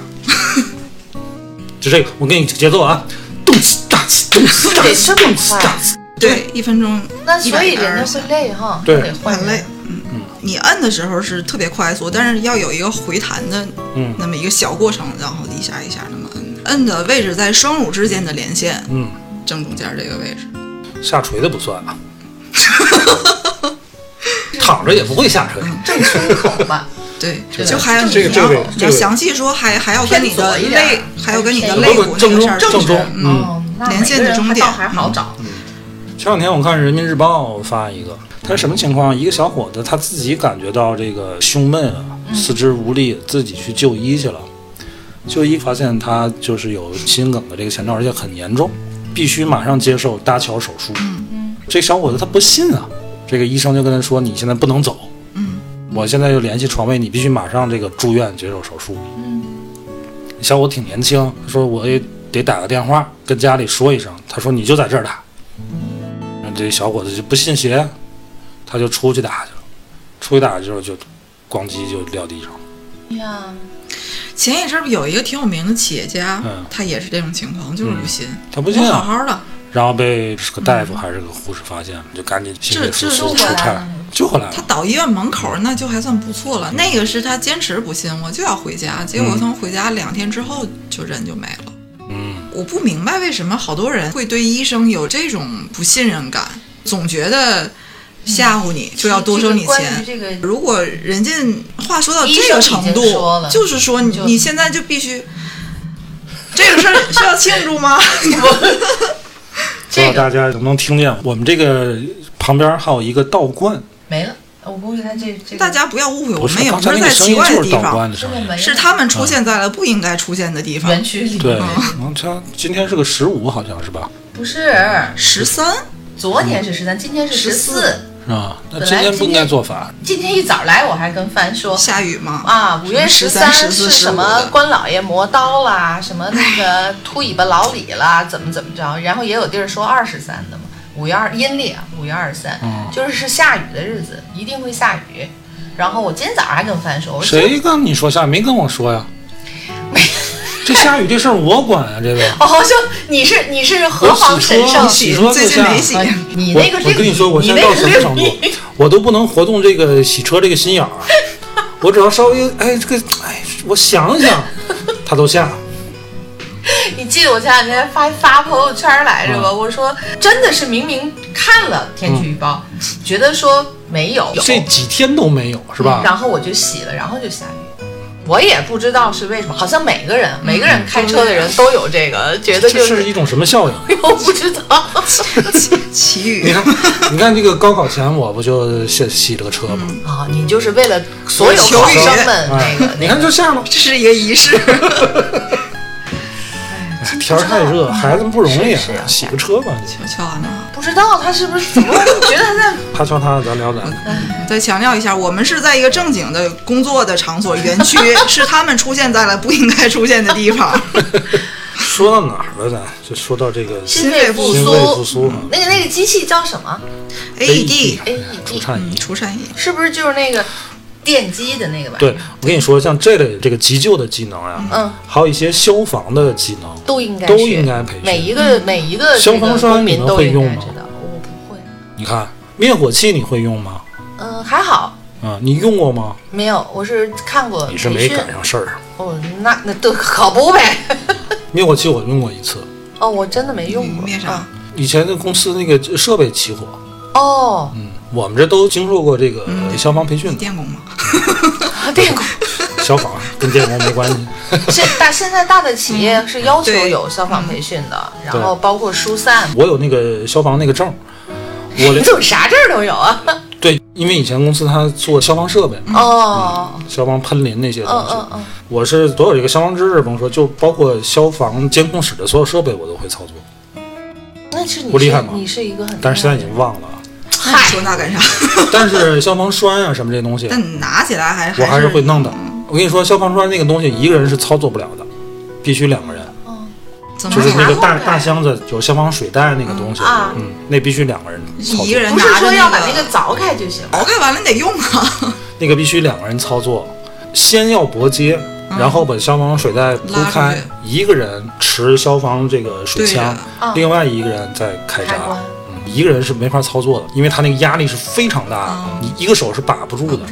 就这个，我给你节奏啊，咚哧哒哧咚哧哒
得
哧
这
咚
么
哧
快
哒哧。
对，一分钟
那
一
所
百
以人
二
家
十
会累哈，
对
就得换
很累
人。。
嗯，你摁的时候是特别快速，但是要有一个回弹的
嗯
那么一个小过程，然后一下一下那么摁。摁的位置在双乳之间的连线
嗯，
正中间这个位置。
下垂的不算啊，躺着也不会下垂。
正胸口 吧，
对，
对
就还有你
这个这
要
个
你要
这个
详细说，还还要跟你
偏
的
左一点
肋，还要跟你的
偏
肋
左
骨那
正
个
中
事儿
正
是
中嗯
哦，那
连线的嗯终点
每个人还倒还好找。
前两天我看《人民日报》发一个，他是什么情况？一个小伙子他自己感觉到这个胸闷啊，四肢无力，自己去就医去了。就医发现他就是有心梗的这个前兆，而且很严重，必须马上接受搭桥手术。这小伙子他不信啊，这个医生就跟他说：“你现在不能走，
嗯，
我现在就联系床位，你必须马上这个住院接受手术。”小伙挺年轻，他说我也得打个电话跟家里说一声。他说你就在这儿打，然后这小伙子就不信邪，啊他就出去打去了。出去打之后就咣叽就撂地上了。
哎呀，
前一阵儿有一个挺有名的企业家
嗯，
他也是这种情况，就是不信，
他不
我
信
好
啊，
好的，
然后被是个大夫还是个护士发现了，就赶紧心肺复
嗯这
苏
这
出
是
差救回来
他
了。
倒医院门口儿那就还算不错了。那个是他坚持不信，我就要回家。结果
嗯
从回家两天之后，就人就没了。
嗯，
我不明白为什么好多人会对医生有这种不信任感，总觉得吓唬你就要多收你钱。
这个关于这个
如果人家话说到
医
这
生
个
已
程
经
度
说，了
就是说你
就
你现在就必须，这个事儿是要庆 祝吗？
不知道
这个
大家能不能听见？我们这个旁边还有一个道观，
没了，我估计他这这个
大家不要误会，我
不是
们也
刚
不
才那
是
个
在
声
奇
音
怪的
就是嗯
地
道
方，
观的声
这个
音
没。了
是他们出现在了不应该出现的地方
园。区里
对，
嗯
啊
然后他今天是个十五，好像是吧？
不 是
十三，
昨天是十三，今天是十
是
四。
吧？啊那
本
今
来
天不
今
应该
天
做法。
今天一早来，我还跟帆说，
下雨吗？
啊，五月
什
十
么13
三
14
是
15
什么
的
关老爷磨刀啦，什么那个秃尾巴老李啦，怎么怎么着？然后也有地儿说二十三的嘛，五月二阴历啊，五月二十三
嗯，
就是是下雨的日子，一定会下雨。然后我今天早上还跟帆说，我说
谁跟你说下？没跟我说呀。这下雨这事儿我管啊，这 个。
哦，就你是你是何
我
方
洗
神
车，
圣？
洗车
最
就
近
下。哎
没洗
啊，你那个
我我跟你说，我现在到什么程度，我都不能活动这个洗车这个心眼 儿。我只要稍微哎这个哎，我想想，它都下。
你记得我前两天发发朋友圈来着
嗯
吧？我说真的是明明看了天气预报，
嗯
觉得说没有，嗯有
这几天都没有是吧？
然后我就洗了，然后就下雨。我也不知道是为什么，好像每个
嗯
人每个人开车的人都有这个，觉得
这
就是
一种什么效应？
我不知 道。
奇
你
遇。
看，你看这个高考前我不就洗洗了个车吗？
啊，你就是为了所有考生们
哎
那个，
你看就下了。
这是一个仪式，
天儿太热，孩子们不容易啊
是啊是，
洗个车吧。
悄悄呢。
不知道他是不是怎么觉得他在
他瞧他，咱聊咱的。
嗯
再强调一下，我们是在一个正经的工作的场 所，园区是他们出现在了不应该出现的 地方。
说到哪儿了呢？就说到这个
心肺复
心肺复
苏？
苏啊
那个那个机器叫什么
AED，
啊
哎
除颤
嗯，
仪。
除颤仪，
是不是就是那个电击的那个吧？
对，我跟你说，像这类这个急救的技能呀、
嗯，
还有一些消防的技能，
都应该
都
学
应该培训
每一
嗯
个每一个这
消
个
防栓
公
你
民
们
都
会
应
用
该
吗
知道。我不会，
你看灭火器你会用吗？
嗯，还好
啊、你用过吗？
没有，我是看过
你是
培
没
训
赶上事儿。
哦，那那都可不呗。
灭火器我用过一次，
哦，我真的没用
你
过。
灭啥
啊？？
以前的公司那个设备起火，
哦，
嗯，我们这都经受过这个
嗯
消防培训
你
的，
电工吗？
电工。
消防啊跟电工没关系。
现大现在大的企业是要求
嗯对
有消防培训的，
嗯
然后包括疏散，
我有那个消防那个证儿，我
你
连
怎么啥证儿都有啊？
嗯对，因为以前公司他做消防设备、
哦，
消防喷淋那些东
嗯
西，
嗯嗯，
我是所有这个消防知识，甭说，就包括消防监控室的所有设备我都会操作，
那是你
不厉害
是
吗
你是一个很，
但是现在已经忘 了。
那你说那干啥？
但是消防栓啊什么这些东西，
但你拿起来还
我还
还
是会弄的。我跟你说，消防栓那个东西一个人是操作不了的，必须两个人。
怎
就
么
是那
拿
个
拿
大
过来
大箱子有消防水袋那个东西，
啊
嗯，那必须两个人操作，
一个人
不
拿
是
着
说要把
那
那个凿开就行吗？
熬开完了你得用 啊，
那个必须两个人操作，先要搏接，然后把消防水袋铺
嗯拉
开
出去，
一个人持消防这个水枪
对
啊，
另外一个人再开闸
开关。
嗯，一个人是没法操作的，因为他那个压力是非常大的，
哦
你一个手是把不住的。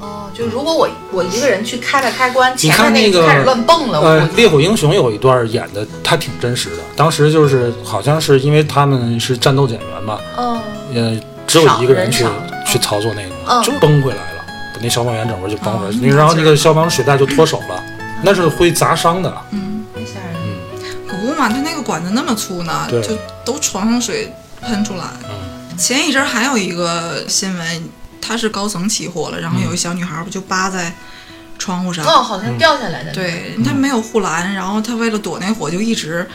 哦，就如果我我一个人去开了开关，前面
看那
就
个
开始乱蹦了，
呃
我，
《烈火英雄》有一段演的他挺真实的，当时就是好像是因为他们是战斗减员吧，
嗯，
呃，只有一个人去
少人少
去操作那个
嗯
东西，就崩回来了，把那消防员整个就崩回来，
哦
那然后那个消防水袋就脱手了，那是会砸伤的。
嗯，
太吓人了。
可不嘛，它那个管子那么粗呢，
对嗯
就都床上水喷出来。前一阵儿还有一个新闻，它是高层起火了，然后
嗯
有一小女孩不就扒在窗户上，
哦，好像掉下来的。，
对，她没有护栏，然后她为了躲那火就一直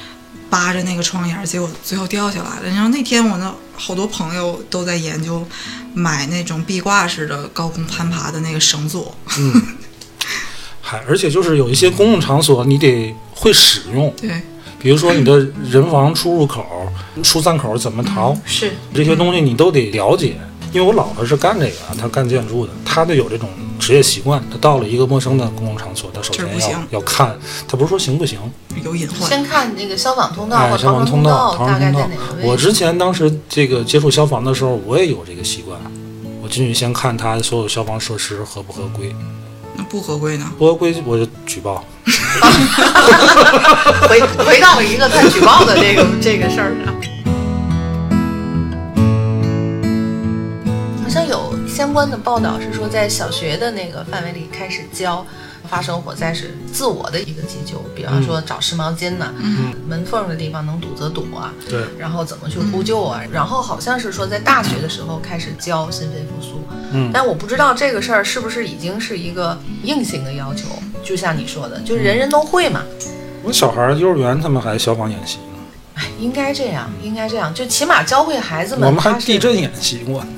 扒着那个窗沿儿，结果最后掉下来了。然后那天我那好多朋友都在研究买那种壁挂式的高空攀爬的那个绳索，
还而且就是有一些公共场所你得会使用，
对，
比如说你的人防出入口、疏散口怎么逃，
是
这些东西你都得了解。因为我老婆是干这个啊，她干建筑的，她就有这种职业习惯。她到了一个陌生的公共场所，她首
这儿
先
不行
要要看，她不是说行不行，
有隐患。
先看那个消防通道
哎，
或者
消
逃
防
生
通
道
逃生
大概
通
在
道
哪个位。置。
我之前当时这个接触消防的时候，我也有这个习惯，我进去先看它所有消防设施合不合规，
那不合规呢？
不合规我就举报。
回回到了一个看举报的这个 这个事儿上。好像有相关的报道是说，在小学的那个范围里开始教发生火灾时自我的一个急救，比方
嗯
说找湿毛巾呐、门缝的地方能堵则堵啊，
对，
然后怎么去呼救啊，然后好像是说在大学的时候开始教心肺复苏，
嗯
但我不知道这个事儿是不是已经是一个硬性的要求，就像你说的，
嗯
就是人人都会嘛，
我小孩儿幼儿园他们还消防演习呢，
应该这样，应该这样，就起码教会孩子们。
我们还
他是
地震演习过。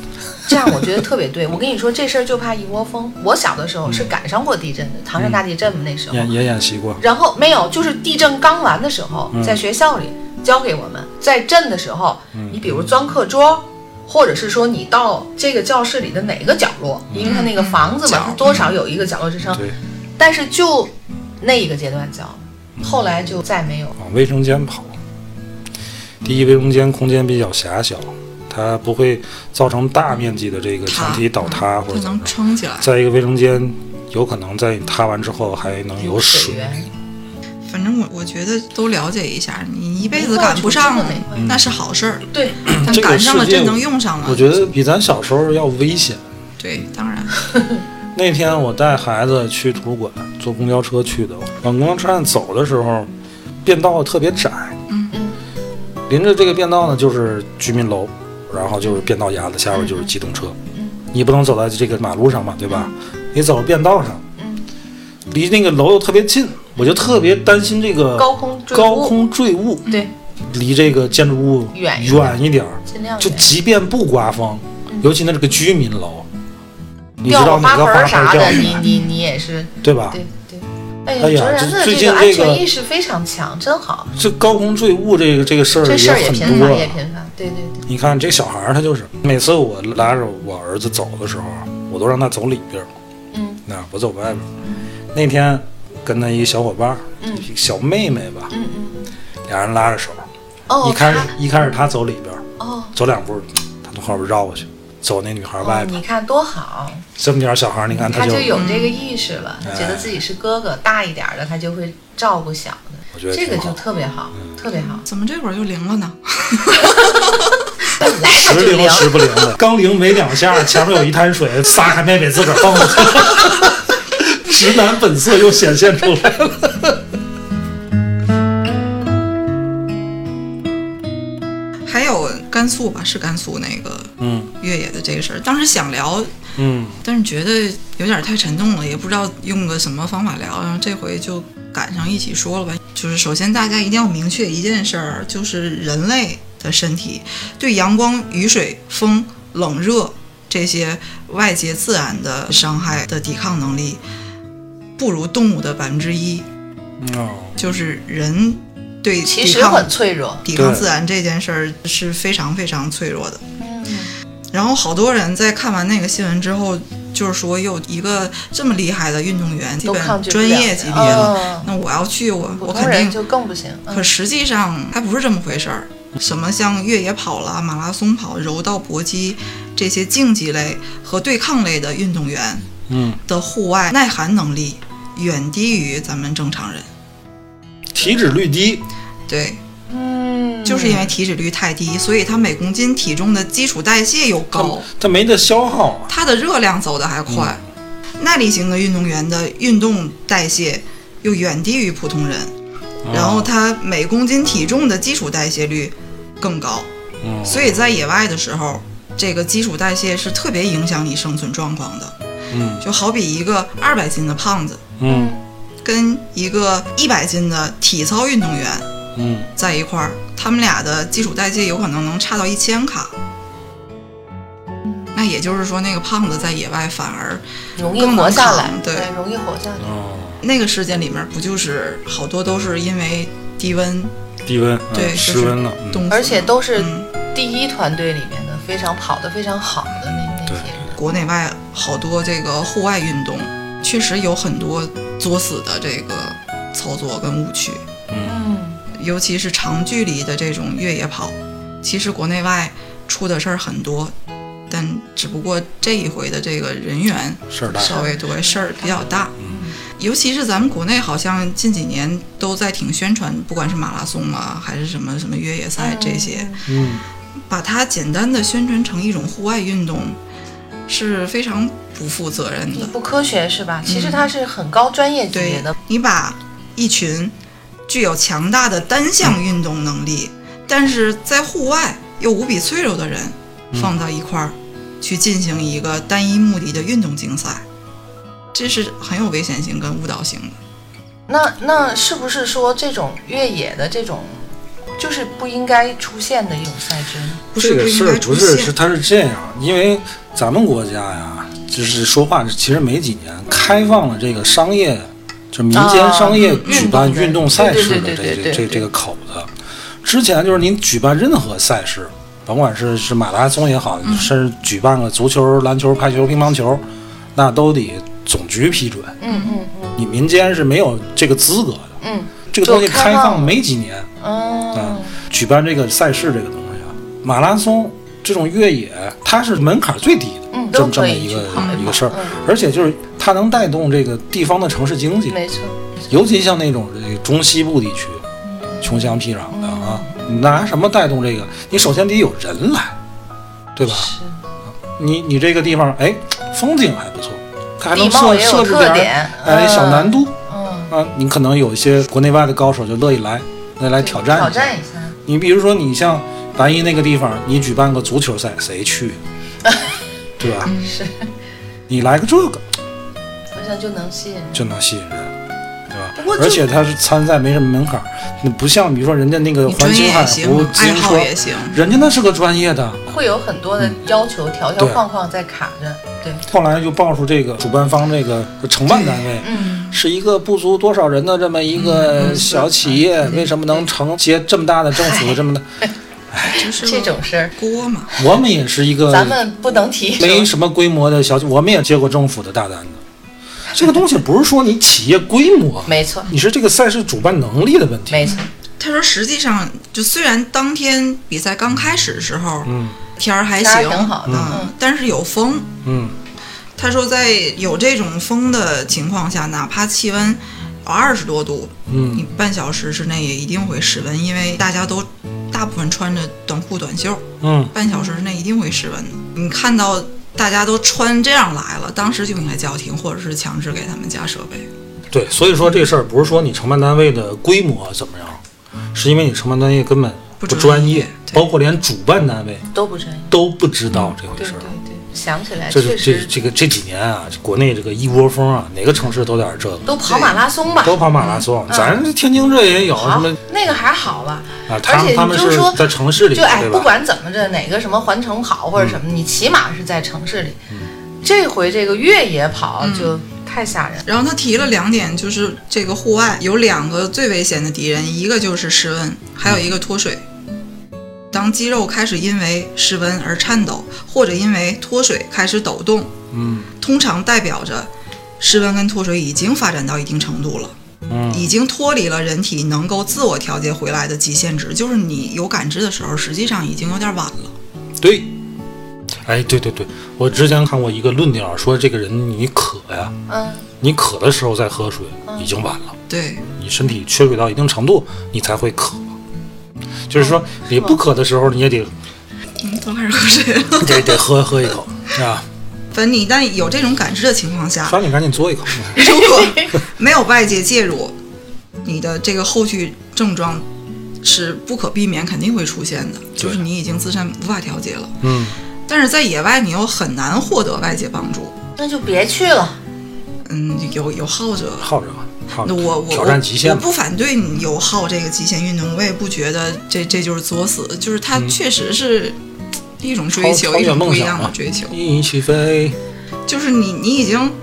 这样，我觉得特别对。我跟你说，这事儿就怕一窝蜂。我小的时候是赶上过地震的，唐山大地震嘛，那时候。
演嗯也演习过，
然后没有，就是地震刚完的时候，
嗯
在学校里教给我们，在震的时候，
嗯
你比如钻课桌。或者是说你到这个教室里的哪个角落，
嗯
因为它那个房子嘛，
角
它多少有一个角落支撑，
对，
但是就那一个阶段教，后来就再没有。
啊往卫生间跑。第一，卫生间空间比较狭小，它不会造成大面积的这个墙体倒塌嗯或
嗯它
者怎么
能
着。
撑起来。
再一个，卫生间有可能在你塌完之后还能有水啊
水，源，
反正我我觉觉得都了解一下，你一辈子
没坏
赶不上
处真的没坏
那是好事儿，
对，
但
嗯这个
赶上了
世界我
真能用上了。
我觉得比咱小时候要危险。
对，当然
那天我带孩子去图书馆，坐公交车去的。往公交车站走的时候，便道特别窄，
嗯
嗯
临着这个便道呢就是居民楼，然后就是便道牙子，下边就是机动车。
嗯
你不能走在这个马路上嘛，对吧？你走便道上，
嗯
离那个楼又特别近，我就特别担心这个
嗯高空坠
高
物
空坠物，
对，
离这个建筑物
远一点
远一点儿。
尽量
就
远
即便不刮风，尤其那是个居民楼，你知
掉
道
个
哪
嗯花
个
盆
花盆
儿
儿
啥
掉
的，
下
你
来，
你你也是，
对吧？
对对。哎
哎呀
卓然的
这最
这
近
个安
这个
全意识非常强，真好。
这高空坠物这个这个事儿
这事儿也
很
频
多
繁，
啊。
也频繁。对对对，
你看这小孩儿他就是，每次我拉着我儿子走的时候，我都让他走里边儿，
嗯，
那我走外边。那天跟他一个小伙伴，嗯，小妹妹吧，
嗯嗯，
俩人拉着手，
哦，
一开始
他
一开始他走里边，
哦
走两步，他从后边绕过去，走那女孩
哦
外，边。
你看多好，
这么点儿小孩儿，你看
他
就，
就有
嗯
这个意识了，
哎
觉得自己是哥哥，大一点儿的他就会照顾小的，
我觉得
这个
挺
就
好。嗯
特别好，特别好。
怎么这会儿就灵了呢？
本来他
时
就
灵
灵，
时不灵 的，刚灵没两下，前面有一滩水，撒开没给自个儿放过去， 直男本色又显现出来了。
还有甘肃吧，是甘肃那个
嗯
越野的这个事儿，当时想聊，
嗯，
但是觉得有点太沉重了，也不知道用个什么方法聊，然后这回就赶上一起说了吧。就是首先大家一定要明确一件事儿，就是人类的身体对阳光、雨水、风、冷热这些外界自然的伤害的抵抗能力，不如动物的百分之一。
哦，
就是人对
其
抵
实
抗
很脆弱。
抵抗
对
自然这件事儿是非常非常脆弱的。然后好多人在看完那个新闻之后，就是说有一个这么厉害的运动员，基
都抗
本
拒
专业级别了，
嗯
那我要去，我
普
我
通
肯
人
定。
就更不行。嗯
可实际上还不是这么回事儿，什么像越野跑啦、马拉松跑、柔道、搏击这些竞技类和对抗类的运动员
嗯，
的户外耐寒能力远低于咱们正常人。
体脂率低，
对，
嗯，
就是因为体脂率太低，所以它每公斤体重的基础代谢又
它
高，
它没得消耗啊。
它的热量走得还快。耐力型的运动员的运动代谢又远低于普通人，
哦
然后它每公斤体重的基础代谢率更高，
嗯，
所以在野外的时候，这个基础代谢是特别影响你生存状况的。
嗯
就好比一个二百斤的胖子
嗯
跟一个一百斤的体操运动员，
嗯，
在一块儿，他们俩的基础代谢有可能能差到一千卡。那也就是说，那个胖子在野外反而
容易活下来
更能扛，对
容易活下来。
哦，
那个事件里面不就是好多都是因为低温
低温，嗯
对
失温了，嗯
冻死的，
而且都是
嗯
第一团队里面的，非常跑得非常好的那那些
对
人。
国内外好多这个户外运动确实有很多作死的这个操作跟误区，
嗯，
尤其是长距离的这种越野跑，其实国内外出的事儿很多，但只不过这一回的这个人员
嗯事
嗯
儿大。
稍微多事儿比较大。尤其是咱们国内，好像近几年都在挺宣传，不管是马拉松啊，还是什么什么越野赛哎这些，
嗯，
把它简单的宣传成一种户外运动，是非常不负责任
你
的。
不科学是吧？其实它是很高专业级别
嗯对
的，
你把一群具有强大的单项运动能力，
嗯
但是在户外又无比脆弱的人放到一块儿，去进行一个单一目的的运动竞赛，这是很有危险性跟误导性的。
那那是不是说这种越野的这种，就是不应该出现的一种赛制呢？
不
这
是
个
不应
事儿
该
不
出
是
现。
是它是这样，因为咱们国家呀，就是说话其实没几年开放了这个商业，就民间
啊
商业
嗯
举办
运动的
运动赛事的
对对对
这这
对对
这
对
这个口子。之前就是您举办任何赛事，甭管是是马拉松也好，
嗯
甚至举办个足球、篮球、排球、乒乓球，那都得总局批准，
嗯嗯嗯
你民间是没有这个资格的。
嗯
这个东西
就开
开
放
放没几年，啊
哦，
举办这个赛事这个东西啊，马拉松这种越野，它是门槛最低的，
嗯
这么
都
这
可
么
以
一
去
个
跑一跑
一个事儿
嗯，
而且就是它能带动这个地方的城市经济，
没错，
尤其像那种这个中西部地区，
嗯
穷乡僻壤的啊，你拿什么带动这个？你首先得有人来，对吧？
是
你你这个地方，哎，风景还不错，它还能
地貌
设
也
设
有
置
特
点儿
点，
哎小难
度，
度
嗯，
啊，你可能有一些国内外的高手就乐意来，来来挑战
挑
一下。
战一下，
你比如说，你像南一那个地方，你举办个足球赛，谁去？对吧？
是
你来个这个
好像就能吸引人。
就能吸引人，对吧
不过？就
而且它是参赛没什么门槛儿，你不像比如说人家那个
你
环
专业
青海
也行
湖，自
爱
行
好
车，
也行，
人家那是个专业的。
会有很多
嗯
的要求，条
啊
条框框在卡着，对，
后来就爆出这个主办方这个承办单位。
嗯，
是一个不足多少人的这么一个小企业，为什么能承接这么大的政府这么的？
就是
这种事儿
锅嘛。
我们也是一个
咱们不能提，
没什么规模的小企，我们也接过政府的大单子，这个东西不是说你企业规模，
没错，
你是这个赛事主办能力的问题。
没错，
他说实际上就虽然当天比赛刚开始的时候，
嗯
天儿还
天儿
行，
挺好的
嗯
嗯，
但是有风。
嗯，
他说在有这种风的情况下，哪怕气温有二十多度，
嗯
你半小时之内也一定会室温，因为大家都大部分穿着短裤短袖，
嗯，
半小时之内一定会室温的。你看到大家都穿这样来了，当时就应该叫停，或者是强制给他们加设备。
对，所以说这事儿不是说你承办单位的规模怎么样，是因为你承办单位根本
不
不
专
专业
业，对
包括连主办单位
都不专业。
都不知道这回嗯
对
事
对
儿。
对，想起来
这是
确
这
实
这个这几年啊，这国内这个一窝蜂啊，哪个城市都点儿这个，
都跑马拉松吧，
都跑马拉松。
嗯
咱这天津这也有什
好
么，
啊那个还好吧。
啊？
而
他
且
们他
你
们
就是说
在城市里，
就哎，
对
不
吧？嗯
管怎么着，哪个什么环城跑或者什么，你起码是在城市里。这回这个越野跑
嗯
就太吓人了，
然后他提了两点，就是这个户外有两个最危险的敌人，一个就是湿温，还有一个脱水。当肌肉开始因为湿温而颤抖，或者因为脱水开始抖动，
嗯
通常代表着湿温跟脱水已经发展到一定程度了，
嗯，
已经脱离了人体能够自我调节回来的极限值，就是你有感知的时候，实际上已经有点晚了。
对。哎，对对对，我之前看过一个论调，说这个人你渴呀，
嗯，
你渴的时候再喝水已经晚了，
对，
你身体缺水到一定程度，你才会渴。就是
嗯
说，你不渴的时候，你也得
嗯，都开始喝水了。
得得喝喝一口啊，
反正你一旦有这种感知的情况下，
抓紧赶紧嘬一口。
如果 没有外界介入，你的这个后续症状是不可避免，肯定会出现的，就是你已经自身无法调节了。
嗯，
但是在野外，你又很难获得外界帮助。
那就别去了。
嗯，有有好者，
耗着吧，耗着
那我
哦
我
挑战极限
我
嘛。
不反对你有好这个极限运动，我也不觉得这这就是作死，就是它确实是一种追求，
嗯超
一
越
种
梦
不一
想
样的
嘛
追求。
一起飞，
就是你你已经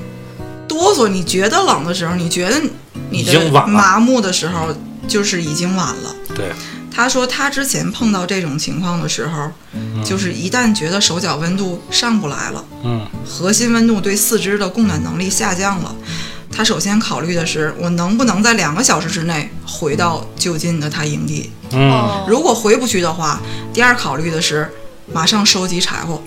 哆嗦，你觉得冷的时候，你觉得你
已经
的
晚了
麻木的时候，就是已经晚了。
对，
他说他之前碰到这种情况的时候，就是一旦觉得手脚温度上不来了，
嗯
核心温度对四肢的供暖能力下降了。他首先考虑的是，我能不能在两个小时之内回到就近的他营地？
哦
嗯
如果回不去的话，第二考虑的是，马上收集柴火，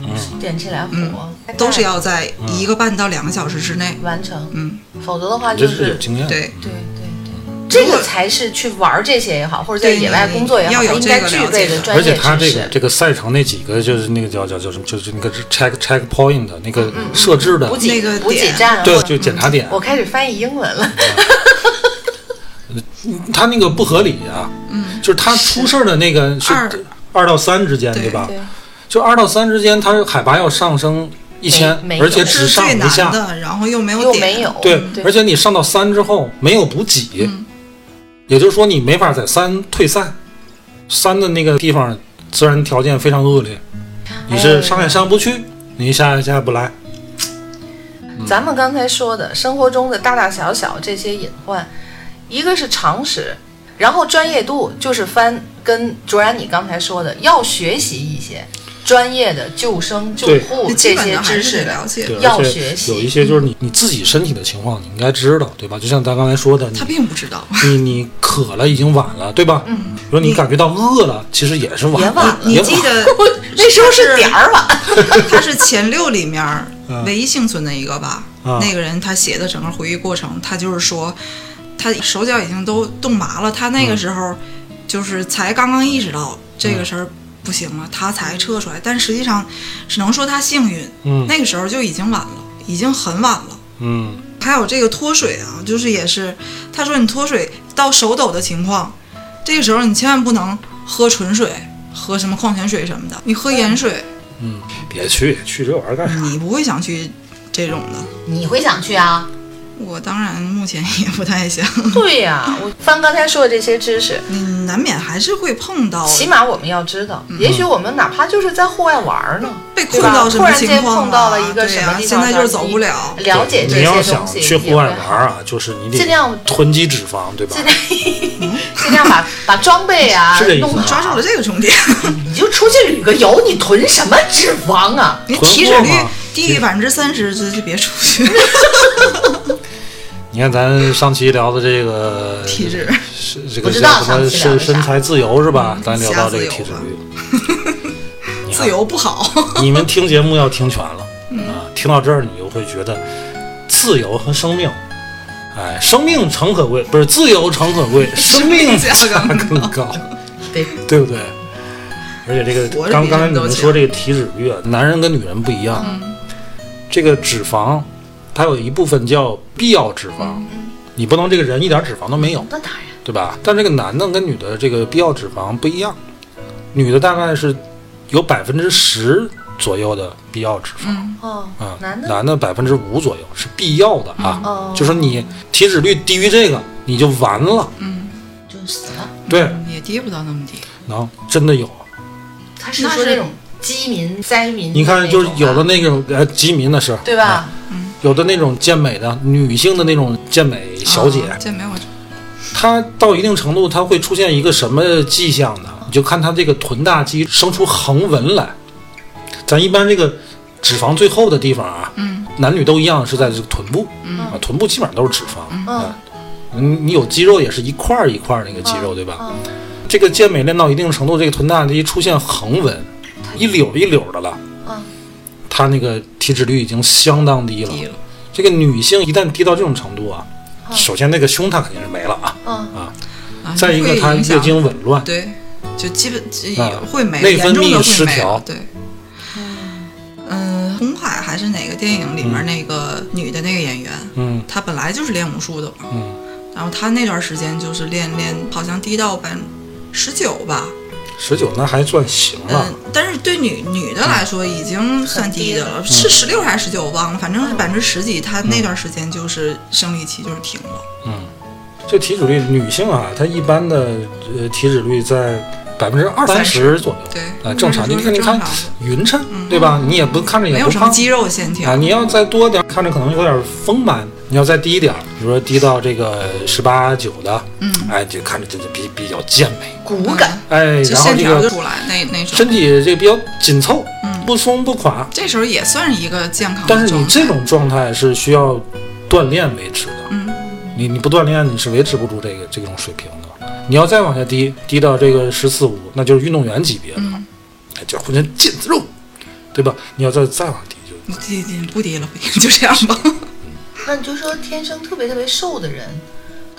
嗯，
点起来火
嗯，都是要在一个半到两个小时之内。
完成，
嗯，
否则的话
这
就是是
有经验的。
对，
对对对，这个才是去玩这些也好，或者在野外工作也好，
对你
应该具备的专
而
业知识。
且他这个这个赛程那几个就是那个叫叫叫什么，就是那个 check check point 的那个设置的
嗯补，给
那个
补给
点
站，
对
或，者
就检查点，
我开始翻译英文了。
他那个不合理啊。嗯，就是他出事儿的那个是
二
二到三之间，
对
对吧？
对
就二到三之间，它海拔要上升一千
没，没
而且
有
只
是
上
最
不下
难。的，然后又没有
又
点，
没有
对，
嗯对嗯
而且你上到三之后没有补给，也就是说你没法在三退赛，三的那个地方自然条件非常恶劣，
哎
你是上也上不去，你下也下不来。
咱们刚才说的生活中的大大小小这些隐患，一个是常识，然后专业度就是翻跟卓然你刚才说的，要学习一些专业的救生救
对
护
就基
这
本
些
上还
知
是
识
得了解
对，
的。
要
而
学
且
习
有一些就是你你自己身体的情况，你应该知道，对吧？就像咱刚才说的，你
他并不知
嗯
道，
你你渴了已经晚了，对吧？嗯，比如你感觉到饿了，其实也是晚
也晚
了
了，
你
也
记
晚了。
得
那时候是点儿 晚，
他是前六里面儿
嗯
唯一幸存的一个吧？
嗯
啊
那个人他写的整个回忆过程，他就是说，他手脚已经都冻麻了，他
嗯
那个时候就是才刚刚意识到这个事儿不行了，他才撤出来。但实际上，只能说他幸运，
嗯
那个时候就已经晚了，已经很晚了。
嗯，
还有这个脱水啊，就是也是，他说你脱水到手抖的情况，这个时候你千万不能喝纯水，喝什么矿泉水什么的，你喝盐水，
别去去这玩意儿干啥？
你不会想去这种的。
你会想去啊？
我当然目前也不太想，
对呀、我翻刚才说的这些知识，
你难免还是会碰到
起码我们要知道，也许我们哪怕就是在户外玩儿呢，
嗯被
对
困
吧
到什
突
么
然
情
间
况
碰到了一个
对
什么
啊
地
现
方，
在就是走不了。
了解这
你要
些东
想
西，
去户外玩儿啊，就是你
尽量
得囤积脂肪，对吧？
尽量尽量把把装备啊
是这意思
弄
吗
好，
抓住了这个重点，
你就出去旅个游，你囤什么脂肪啊？
你
囤
体脂
货
率
吗
低于百分之三十就就别出 去。
你看咱上期聊的这 个
体质，
是这
不
个
知
叫
道
什么
上期聊
身
的
身
啥嗯
材自由是吧？咱聊
瞎
到这
自
个
由
体脂
吧
率， 你看
自由不好，
你们听节目要听全了、
嗯
啊！听到这儿，你就会觉得自由和生命，哎，生命诚可贵，不是自由诚可贵，生命
价
价
更
更高，
对
对不对？而且这个
活着
刚
比
刚才
人
你
都
们
强嗯
说这个体脂率啊，男人跟女人不一样，这个脂肪它有一部分叫必要脂肪，
嗯
你不能这个人一点脂肪都没有。
那当然，
对吧？但这个男的跟女的这个必要脂肪不一样，女的大概是有百分之十左右的必要脂肪
哦
啊，，
男的
男的百分之五左右是必要的啊，
哦
就说你体脂率低于这个你就完了，
嗯就死了。
对，
也低不到那么低。
然后真的有，
他是
那
说
是
那种饥民、灾民，
你看就是有的，那种呃吉民的是，
啊对吧？
啊有的那种健美的女性的那种健美
嗯
小姐，
啊这没有
她到一定程度，她会出现一个什么迹象呢？你就看她这个臀大肌生出横纹来。咱一般这个脂肪最厚的地方啊，
嗯，
男女都一样是在这个臀部，
嗯
啊，臀部基本上都是脂肪。啊
嗯
你你有肌肉也是一块儿一块儿那个肌肉，对吧？
嗯，
这个健美练到一定程度，这个臀大肌出现横纹，一绺一绺的了，
嗯，
她那个体脂率已经相当低了。
低了，
这个女性一旦低到这种程度啊，首先那个胸她肯定是没了啊，
嗯
啊
再一个
会
她
影
月
响
经紊乱。
对，就基本就
啊
会没、
内
严
分
重的
泌
会
失
没
调
有对，嗯，红海还是哪个电影里面那个女的那个演员，
嗯
她本来就是练武术的嘛，
嗯，
然后她那段时间就是练练，好像低到百分十九吧，
十九那还算行
嗯、
了。
但是对女女的
嗯
来说已经算低的了，是十六还是十九忘了，反正是百分之十几，她那段时间就是生理期就是停了，
嗯，这体脂率女性啊，她一般的呃体脂率在百分之二三十左右。
对，
啊，正常。你看，你
正常
看
的，
匀称，对吧？你也不看着
嗯没
也
有
不
什么
胖
肌肉线条
啊。你要再多点儿，看着可能有点丰满。你要再低一点儿，比如说低到这个十八九的，嗯，哎，就看着就就比比较健美，
嗯
骨感，
哎，
就
然后
线
这
条就嗯
个
出来那那种。
身体这个比较紧凑，不松不垮。
这时候也算是一个健康的
但是你
啊状态
这种状态是需要锻炼维持的，
嗯
你你不锻炼你是维持不住这个这种水平的。你要再往下低，低到这个十四五，那就是运动员级别的，
嗯
哎就浑身腱子肉，对吧？你要再再往低就，
不低低不低了，不低了就这样吧。
那你就说天生特别特别瘦的人，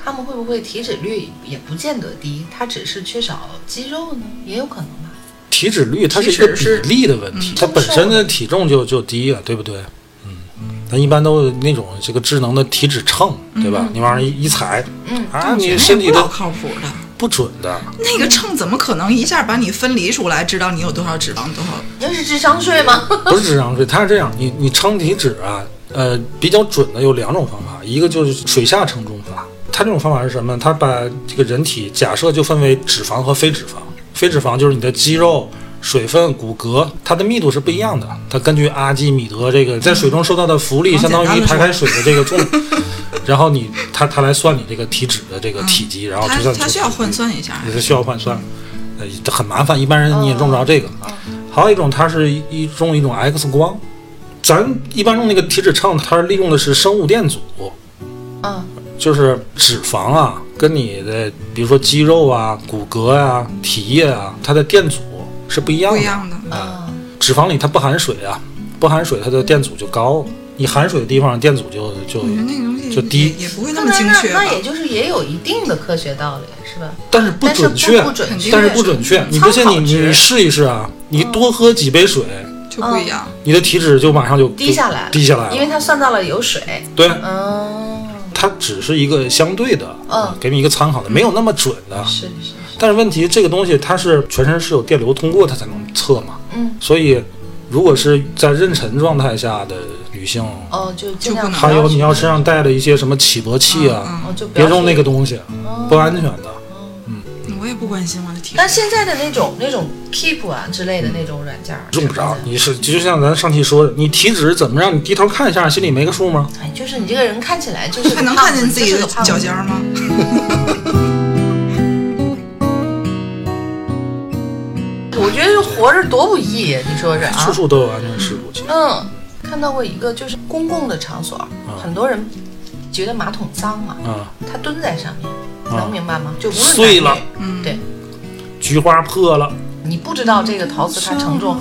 他们会不会体脂率也不见得低，他只是缺少肌肉呢？也有可能吧。
体脂率它是一个
体脂是嗯
比例的问题，它本身的体重就就低啊，对不对？嗯，咱一般都那种这个智能的体脂秤，对
嗯
吧？你往上一一踩，
嗯
啊，
那
你
也
身体
不
都
老靠谱的，
不准的。
那个秤怎么可能一下把你分离出来，知道你有多少脂肪
啊
多少？
那是智商税吗？
不是智商税，它是这样，你你称体脂啊，呃，比较准的有两种方法，一个就是水下称重法，它这种方法是什么？它把这个人体假设就分为脂肪和非脂肪，非脂肪就是你的肌肉。水分、骨骼，它的密度是不一样的。它根据阿基米德这个在水中受到的浮力，
嗯
相当
简单
于
地
排
说
开水的这个重，然后你它它来算你这个体脂的这个体积，然后
它
推算
嗯它
出
需要
体脂
换算一下，
也是需要换算，呃，很麻烦，一般人你也用不着这个。
哦
还有一种，它是一用一种 X 光，咱一般用那个体脂秤，它利用的是生物电阻，啊
嗯，
就是脂肪啊，跟你的比如说肌肉啊、骨骼啊、体液啊，它的电阻是不一样
不
的。
一样的。
嗯，
脂肪里它不含水啊，不含水它的电阻就高，你含水的地方电阻就就
嗯
我觉得那个东西
就低
也也不会那
那
么精
那
确吧
那？也就是也有一定的科学道理，是吧？
但是不
但是
准
不
确，
不准确
但是不准确。你不信你你试一试啊，你多
嗯
喝几杯水，
就不一样。
你的体脂就马上就
低下来了，
就低下来
因为
了。
他算到了有水。
对，啊
嗯，
它只是一个相对的，呃
嗯
给你一个参考的，没有那么准的。
是是是，
但是问题，这个东西它是全身是有电流通过，它才能测嘛。
嗯，
所以，如果是在妊娠状态下的女性，
哦，就尽量
就不能
还有
去
你要身上带了一些什么起搏器啊，
嗯
哦，就不
别
要
用那
去
个东西，
哦
不安全的。
嗯，我也不关心我的体重
但。现在的那种那种 Keep 啊之类的那种软件儿
嗯用不着
是，
你是就像咱上期说的，你体脂怎么让你低头看一下，心里没个数吗？
哎，就是你这个人看起来就是个
还能
胖
看见
子
自己
就
的
是个胖子嗯
脚尖儿吗？
我觉得活着多不易，你说是啊啊
处？处都有安全事故。其实
嗯，看看到过一个，就是公共的场所，
嗯
很多人觉得马桶脏嘛，
啊，
他蹲在上面，能明白吗？就无论男
嗯碎
女
了，
嗯
对
菊花破了，
你不知道这个陶瓷它承重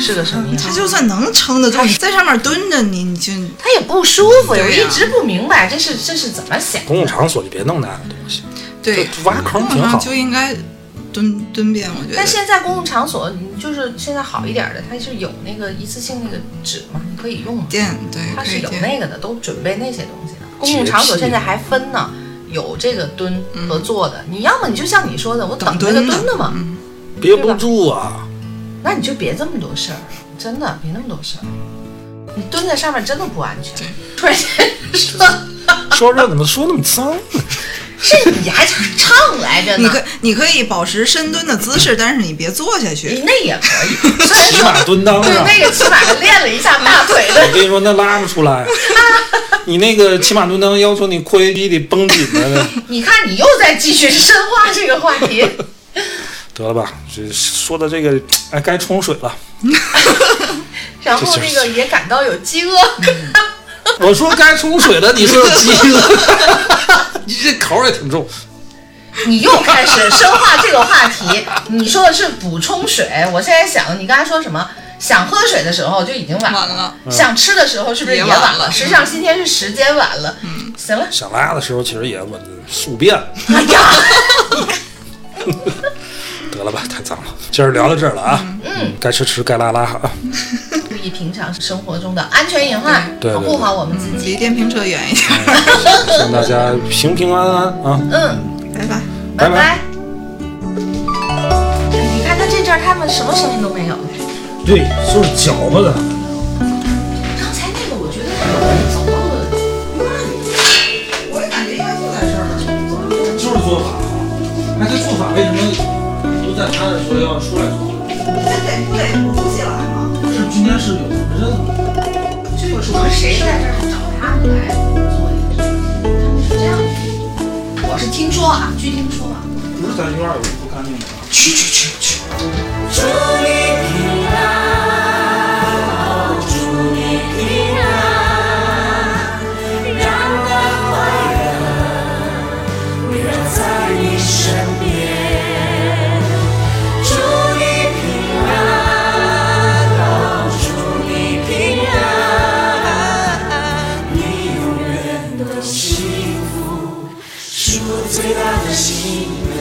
是个什么样，
他嗯就算能撑得住，你在上面蹲着你，你就
它也不舒服呀。我
对呀
一直不明白这是这是怎么想的。
公共场所就别弄那样的东西，
对，
就挖坑挺好
上。就应该蹲蹲便，我觉得。
但现在公共场所，你就是现在好一点的，它是有那个一次性那个纸嘛，你可以用嘛，
垫对，
它
可
是
以
有
垫。
那个的，都准备那些东西的。公共场所现在还分呢，有这个蹲和坐的。你要么你就像你说的，我等
等
这个
蹲
蹲的嘛，
嗯
憋不住啊，
那你就别这么多事儿，真的别那么多事儿。你蹲在上面真的不安全
嗯对。
突然间说，
说这怎么说那么脏？
是你还唱来着
你
呢，
可你可以保持深蹲的姿势，但是你别坐下去。
你那也可以。 所以
骑
说，
马蹲裆
对
啊！
那个起码是练了一下大腿的
我跟你说，那拉不出来。你那个骑马蹲裆要求你括约肌得绷紧着，
你看，你又在继续深化这个话 题。
得了吧？这说到这个，哎，该冲水了。
然后那个也感到有饥饿，
嗯我说该冲水了，你说有饥饿， 你这口儿也挺重。
你又开始深化这个话题。你说的是补充水，我现在想，你刚才说什么？想喝水的时候就已经晚
完
了，
嗯
了，
想吃的时候是不是
也
晚
晚了嗯
实际上今天是时间晚了。行了，
想拉的时候，其实也我宿便。
哎 呀，
得了吧，太脏了。今儿聊到这儿了啊，嗯，该吃吃，该拉拉啊。
注意平常生活中的安全隐患，
对对
保
对
护好我们自己。
离电瓶车远一点。
希望大家平平安安啊，
嗯，
拜拜。
拜
拜。你看他这阵儿，他们什么声音都没有。
对，就是饺子的。
刚才那个，我觉得他们走到了。
我也感觉应该坐在这儿。
就是做法啊。那这做法为什么都在他这说要出来做？
这得不得不起来吗？
是今天是有什么任务？
我说谁在这儿找他们来做一个事情，他们是这样的。我是听说啊，据听说啊。
不是咱院儿有不干净的。
去去去去！
祝你平安，祝你平安，让我快乐围绕在你身边。祝你平安，祝你平安，你永远都幸福，是我最大的心愿。